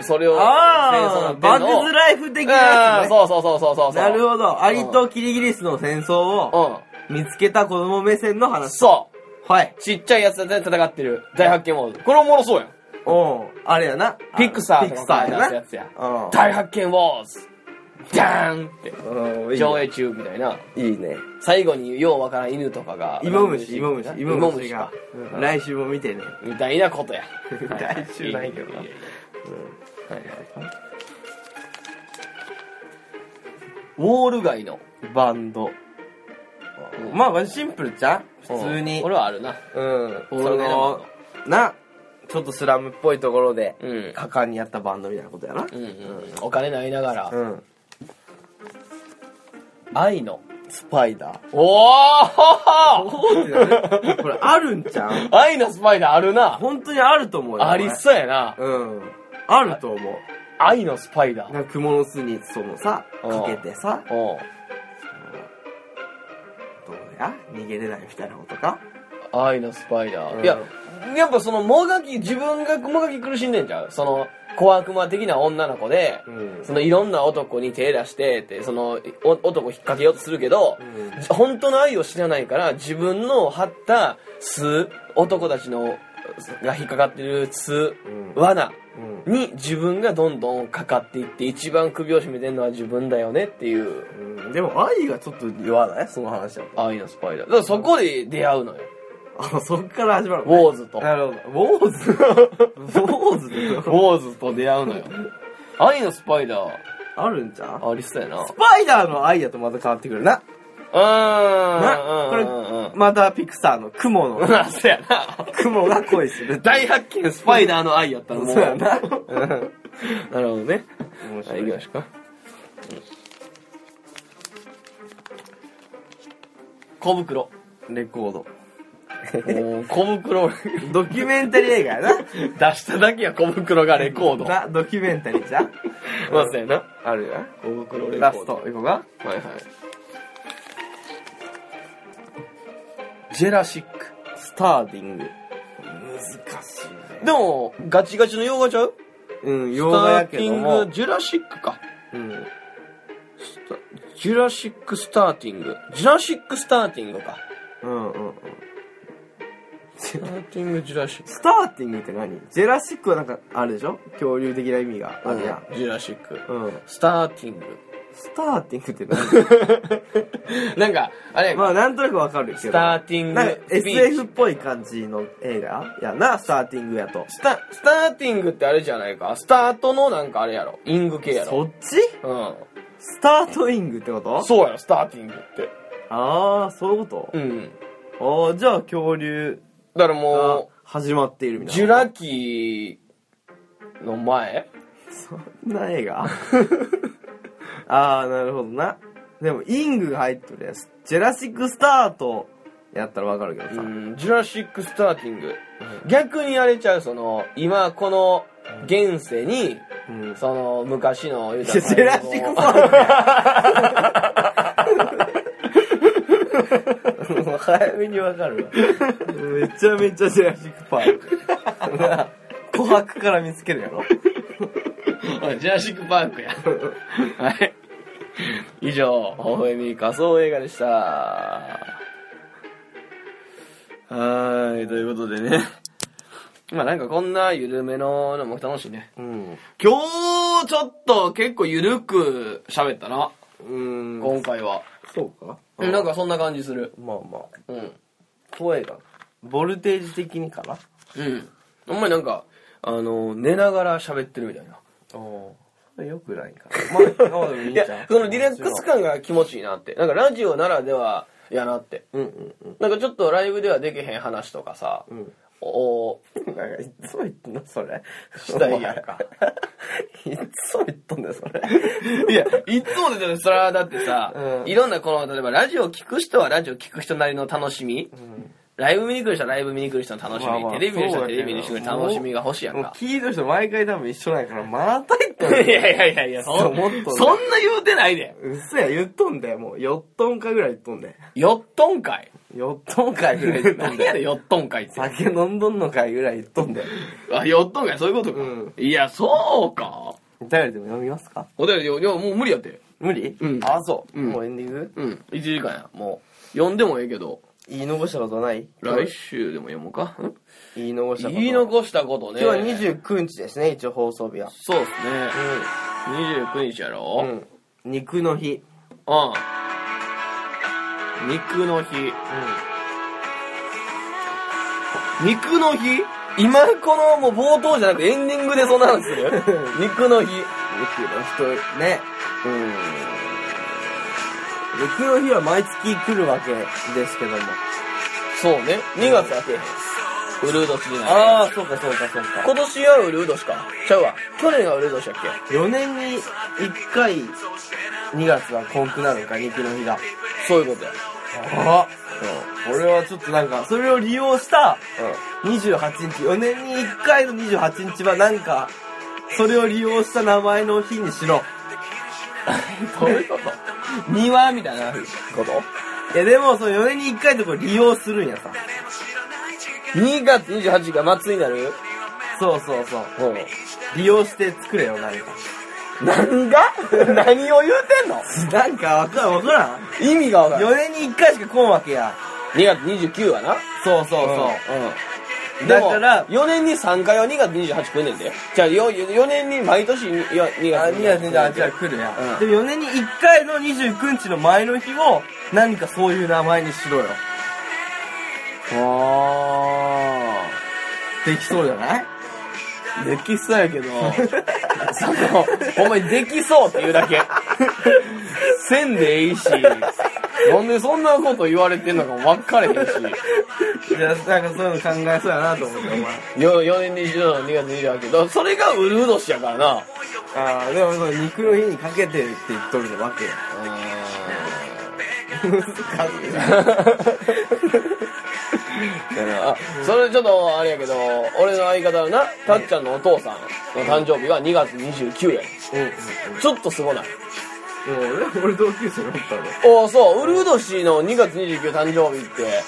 B: それを
C: あ
B: 戦
C: あ
B: 争
C: バ
B: なって
C: ッ
B: んのを
C: クズライフ的な
B: あ
C: や
B: あ
C: つね
B: そうそうそうそうそうそう
C: なるほどアリとキリギリスの戦争を
B: ど
C: 見つけた子供目線の
B: うん
C: 話
B: そう
C: はい
B: ちっちゃいやつで戦ってる大発見ウォーズ。これおもろそうやん。
C: おうんあれやな
B: ピクサー
C: ピ
B: と
C: ク
B: か
C: サ
B: さ
C: ー
B: 出す
C: や
B: やつや。
C: な
B: 大発見ウォーズダーンって。
C: うんうん
B: 上映中みたいな。
C: いいね
B: 最後にようわからん犬とかが。
C: イモムシイモムシイ
B: イ
C: モ
B: モ
C: ム
B: ム
C: シ
B: シ
C: が
B: か。
C: うん来週も見てね
B: みたいなことや。
C: 来週ないけどな
B: はいはいはいはいウォール街の。
C: バンド
B: うん
C: まあシンプルちゃう普通に
B: これはあるな。
C: うん
B: そ
C: そ
B: れね
C: のなちょっとスラムっぽいところで
B: うん
C: 果敢にやったバンドみたいなことやな
B: うんうん。お金ないながら
C: う。ん
B: 愛の。
C: スパイダー
B: おー
C: こうってなるこれあるんちゃう
B: 愛のスパイダーあるな。
C: 本当にあると思うよ
B: ありそうやな。
C: これうんあると思う
B: 愛のスパイダー。
C: なんか蜘蛛の巣にそのさかけてさ
B: おう
C: どうや逃げれないみたいなことか
B: 愛のスパイダー。
C: うん
B: いや、やっぱその、もがき、自分がもがき苦しんでんじゃん。その、小悪魔的な女の子で、
C: うん
B: そのいろんな男に手出してって、その、お男引っ掛けようとするけど、
C: うん
B: じ本当の愛を知らないから、自分の張った巣、男たちの、が引っかかってる巣、
C: ん
B: 罠
C: うん
B: に自分がどんどんかかっていって、一番首を絞めてんのは自分だよねっていう。
C: うんでも愛がちょっと弱ないその話は
B: 愛のスパイダー。だからそこで出会うのよ。
C: あそっから始まる
B: ウォーズと。ウ
C: なるほどウォー ズウォーズってどう
B: ォーズと出会うのよ。愛のスパイダー、
C: あるんちゃう
B: ありそうやな。
C: スパイダーの愛やとまた変わってくるなな
B: う
C: こ
B: ー
C: れ
B: ん。うん。
C: またピクサーの雲
B: うん。
C: の
B: な、そうやな。
C: 雲が恋する
B: 大発見スパイダーの愛やったらもう。
C: そうやな
B: なるほどね。
C: 面
B: はい、行きましょうか。小 袋。
C: レコード
B: もう小 袋
C: ドキュメンタリー映画や
B: 出しただけや小袋がレコード。
C: ななドキュメンタリーじゃん
B: まあそうやな。
C: あるや
B: 小袋レコード。
C: ラストいこうか
B: はいはい。ジェラシック。
C: スターディング難しいね
B: でも、ガチガチの洋画ちゃう
C: うん
B: スタ
C: 洋画や
B: ー
C: け
B: ティ
C: ど
B: ン
C: も
B: グ、ジュラシックか。
C: うん
B: スタジュラシックスターティング。ジュラシックスターティングか。
C: うんうんうん
B: スターティング、ジュラシック。
C: スターティングって何ジェラシックはなんかあるでしょ恐竜的な意味があるやん
B: ジュラシック。
C: うん
B: スターティング。
C: スターティングって何
B: なんか、あれやんか
C: まあなんとなくわかるけど
B: スターティング
C: なんか
B: スピーチ
C: SF っぽい感じの映画やなスターティングやと
B: スタ、スターティングってあれじゃないか。スタートのなんかあれやろ。イング系やろ。
C: そっち
B: うん。
C: スタートイングってこと
B: そうやろ、スターティングって。
C: ああそういうこ
B: うん。
C: とああじゃあ恐竜
B: だから
C: が
B: も
C: 始まっているみ
B: う、
C: たいな
B: ジュラキーの前
C: そんな映画 ああ、なるほどな。でも、イングが入ってるやつ。ジェラシックスタートやったらわかるけどさ。
B: うん、ジュラシック・スターティング。逆にあれちゃう、その、今この現世に、
C: うん
B: その、昔の、言う
C: ジ
B: たら
C: ェラシックスタートもう早めにわかるわ。めちゃめちゃジェラシックパーク。な琥珀から見つけるや
B: う
C: ろ。
B: ん ジュラシック・パークや。はい。以上、微笑み仮想映画でした。はい、ということでね。まあなんかこんな緩めののも楽しいね。
C: うん。
B: 今日ちょっと結構緩く喋ったな、
C: うん。
B: 今回は。
C: そうか
B: なんかそんな感じする。
C: まあまあ。
B: うん。
C: 声が、ボルテージ的にかな。
B: うん。あんまりなんか、あの、寝ながら喋ってるみたいな。
C: おれ良くないかな。まあ、まあでもいいん
B: い
C: じゃん
B: や、そのリラックス。感が気持ちいいなって。なんかラジオならではやなって。
C: うんうんうん。
B: なんかちょっとライブではできへん話とかさ、
C: うん
B: お
C: なんか、いつも言ってんのそれ。
B: したいやんか
C: お前。いつも言っとんだよ、それ。
B: いや、いつもでそれはだってさ、
C: うん
B: いろんなこの、例えばラジオ聞く人はラジオ聞く人なりの楽しみ、ライブ見に来る人はライブ見に来る人の楽しみ、
C: まあまあ
B: テレビ見る人は
C: そうだけ
B: テ
C: ど
B: レビ見る人の楽しみが欲しいやん
C: もう
B: か。
C: 聞いてる人毎回多分一緒なんやから、また言 っ
B: い
C: とん
B: やい
C: だよ。
B: やいやいや、そ
C: そ
B: ん
C: う
B: そ
C: も
B: ん
C: っ
B: な
C: と
B: 言うてないで。
C: うっせや、言っとんだよ、もう。4トンかぐらい言っとんだよ。
B: よっとんかい。
C: 4トンかぐらい言 っとん
B: 何
C: だ
B: や
C: よ。
B: でよっとんかいって。
C: 酒飲んどんのかいぐらい言っとんだよ。
B: あ、よっとんかい、そういうことか。
C: うん
B: いや、そうか。
C: お便りでも読みますか
B: お便り、いや、もう無理やって。
C: 無理
B: うん
C: あ、そう。
B: うん
C: もうエンディング
B: うん、1時間や、もう。読んでもええけど、
C: 言い残したことはない
B: 来週でも読もうか。ん
C: 言い残したことは。
B: 言い残したことね。
C: 今日は29日ですね、一応放送日は。
B: そうですね。29日や
C: う
B: ろ
C: ん。うん。肉の 日。
B: うん。肉の日。
C: う
B: 肉の日今このもう冒頭じゃなくエンディングでそんな話する 肉の日。
C: ん。肉の日、ね。
B: うん。
C: 肉の日は毎月来るわけですけども。
B: そうね。2月明けへん。ウルー年にな
C: あ
B: る
C: あ、。そうかそうかそうか。
B: 今年はウルー年か。ちゃうわ。去年がウルー年やっ
C: 4年に1回、2月はコンクなのか、肉の日が。
B: けそういうことや。
C: ああ。俺はちょっとなんか、それを利用した28日、4年に1回の28日はなんか、それを利用した名前の日にしろ。
B: うん。どういうこと庭みたいなこと
C: いやでも、その4年に1回とこ利用するんやさ。
B: 2月28日が祭りになる
C: そうそうそう。
B: う
C: 利用して作れよ、何か。
B: ん。何が 何を言うてんの
C: なんかわからん、わからん。
B: 意味がわからん。
C: 4年に1回しか来んわけや。
B: 2月29はな。
C: そうそう
B: そう
C: そう。
B: ん。だ
C: だ
B: か、
C: からら
B: 4年に3回は2月28来んねんで。じゃあ、よ4年に毎年にいや2
C: あ、
B: 月
C: 2
B: 28
C: 月28日は来るや
B: うん。
C: で、4年に1回の29日の前の日を、何かそういう名前にしろよ。
B: あ
C: できそうじゃない
B: ー。できそうやけ ど、その、ほんまにできそうって言うだけ。せんでええし、なんでそんなこと言われてんのかも分かれへんし、
C: いや、なんかそういうの考えそうやなと思って、お前。
B: よ4年に1の2月28けど、それがウルー年やからな。
C: ああ、でもその肉の日にかけてって言っとるわけや。
B: あそれちょっとあれやけど俺の相方のなたっちゃんのお父さんの誕生日が2月29やね
C: うんうん
B: んちょっとすごない
C: うん。もう俺、俺同級生だったで。
B: おおそうウルード氏の2月29誕生日って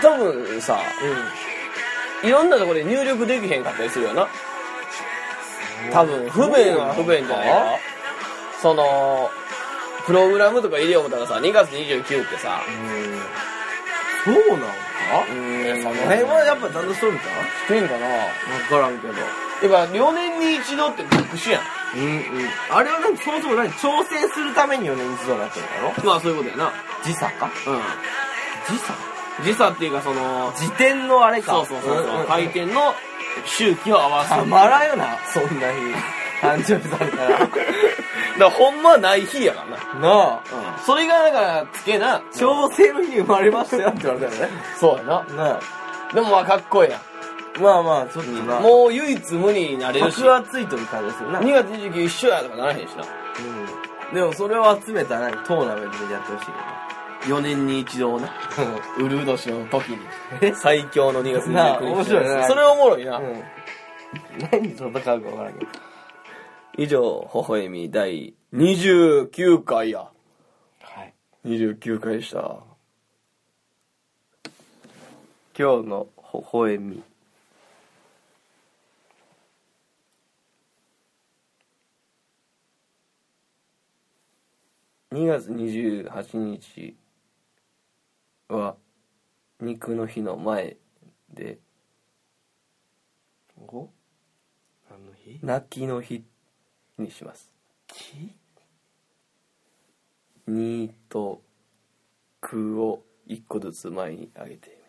B: 多分さ
C: うん。うん。
B: いろんなところで入力できへんかったりするよな多分不便は不便じゃないかそのプログラムとか入れよう思ったらさ2月29ってさ
C: そうなのか
B: う
C: そ
B: ん
C: の辺はやっぱちゃんとしとるんか
B: してんかなや
C: わからんけど。
B: っぱ4年に一度って特殊やん
C: うんうん。あれはなんかそもそも何挑戦するために4年一度になってるんだろ
B: まあそういうことやな
C: 時差か
B: う
C: 時差
B: ん時差っていうかその
C: 時点のあれか。
B: そうそうそうそう、
C: んん
B: 回転の周期を合わす
C: たまらんよな、そんな日。誕生日されたら。な
B: だからほんまはない日やからな、
C: あ。
B: うん、それがだからつけな
C: 調整の日に生まれましたよって言われたよね。
B: そうやな
C: なあ。
B: でもまあかっこいいや
C: まあまあ、ちょっと
B: ん
C: な。う、
B: もう唯一無二になれるし2
C: 僕はついとる感じですよな。うん。
B: 月29一緒やとかならへんしな
C: でもそれを集めたなんかトーナメントでやってほしいよ
B: 4年に一度な
C: な。
B: ウルー年の時に
C: え
B: 最強の2月29日
C: なあ面白いね
B: それおもろいな、
C: うん。何に戦うかわからんけど。
B: 以上、微笑み第29回や。
C: はい。
B: 29回でした。
C: 今日の微笑み。
B: 2月28日は、肉の日の前で、
C: お何の日
B: 泣きの日にします。
C: 木
B: 2と空を1個ずつ前に上げて、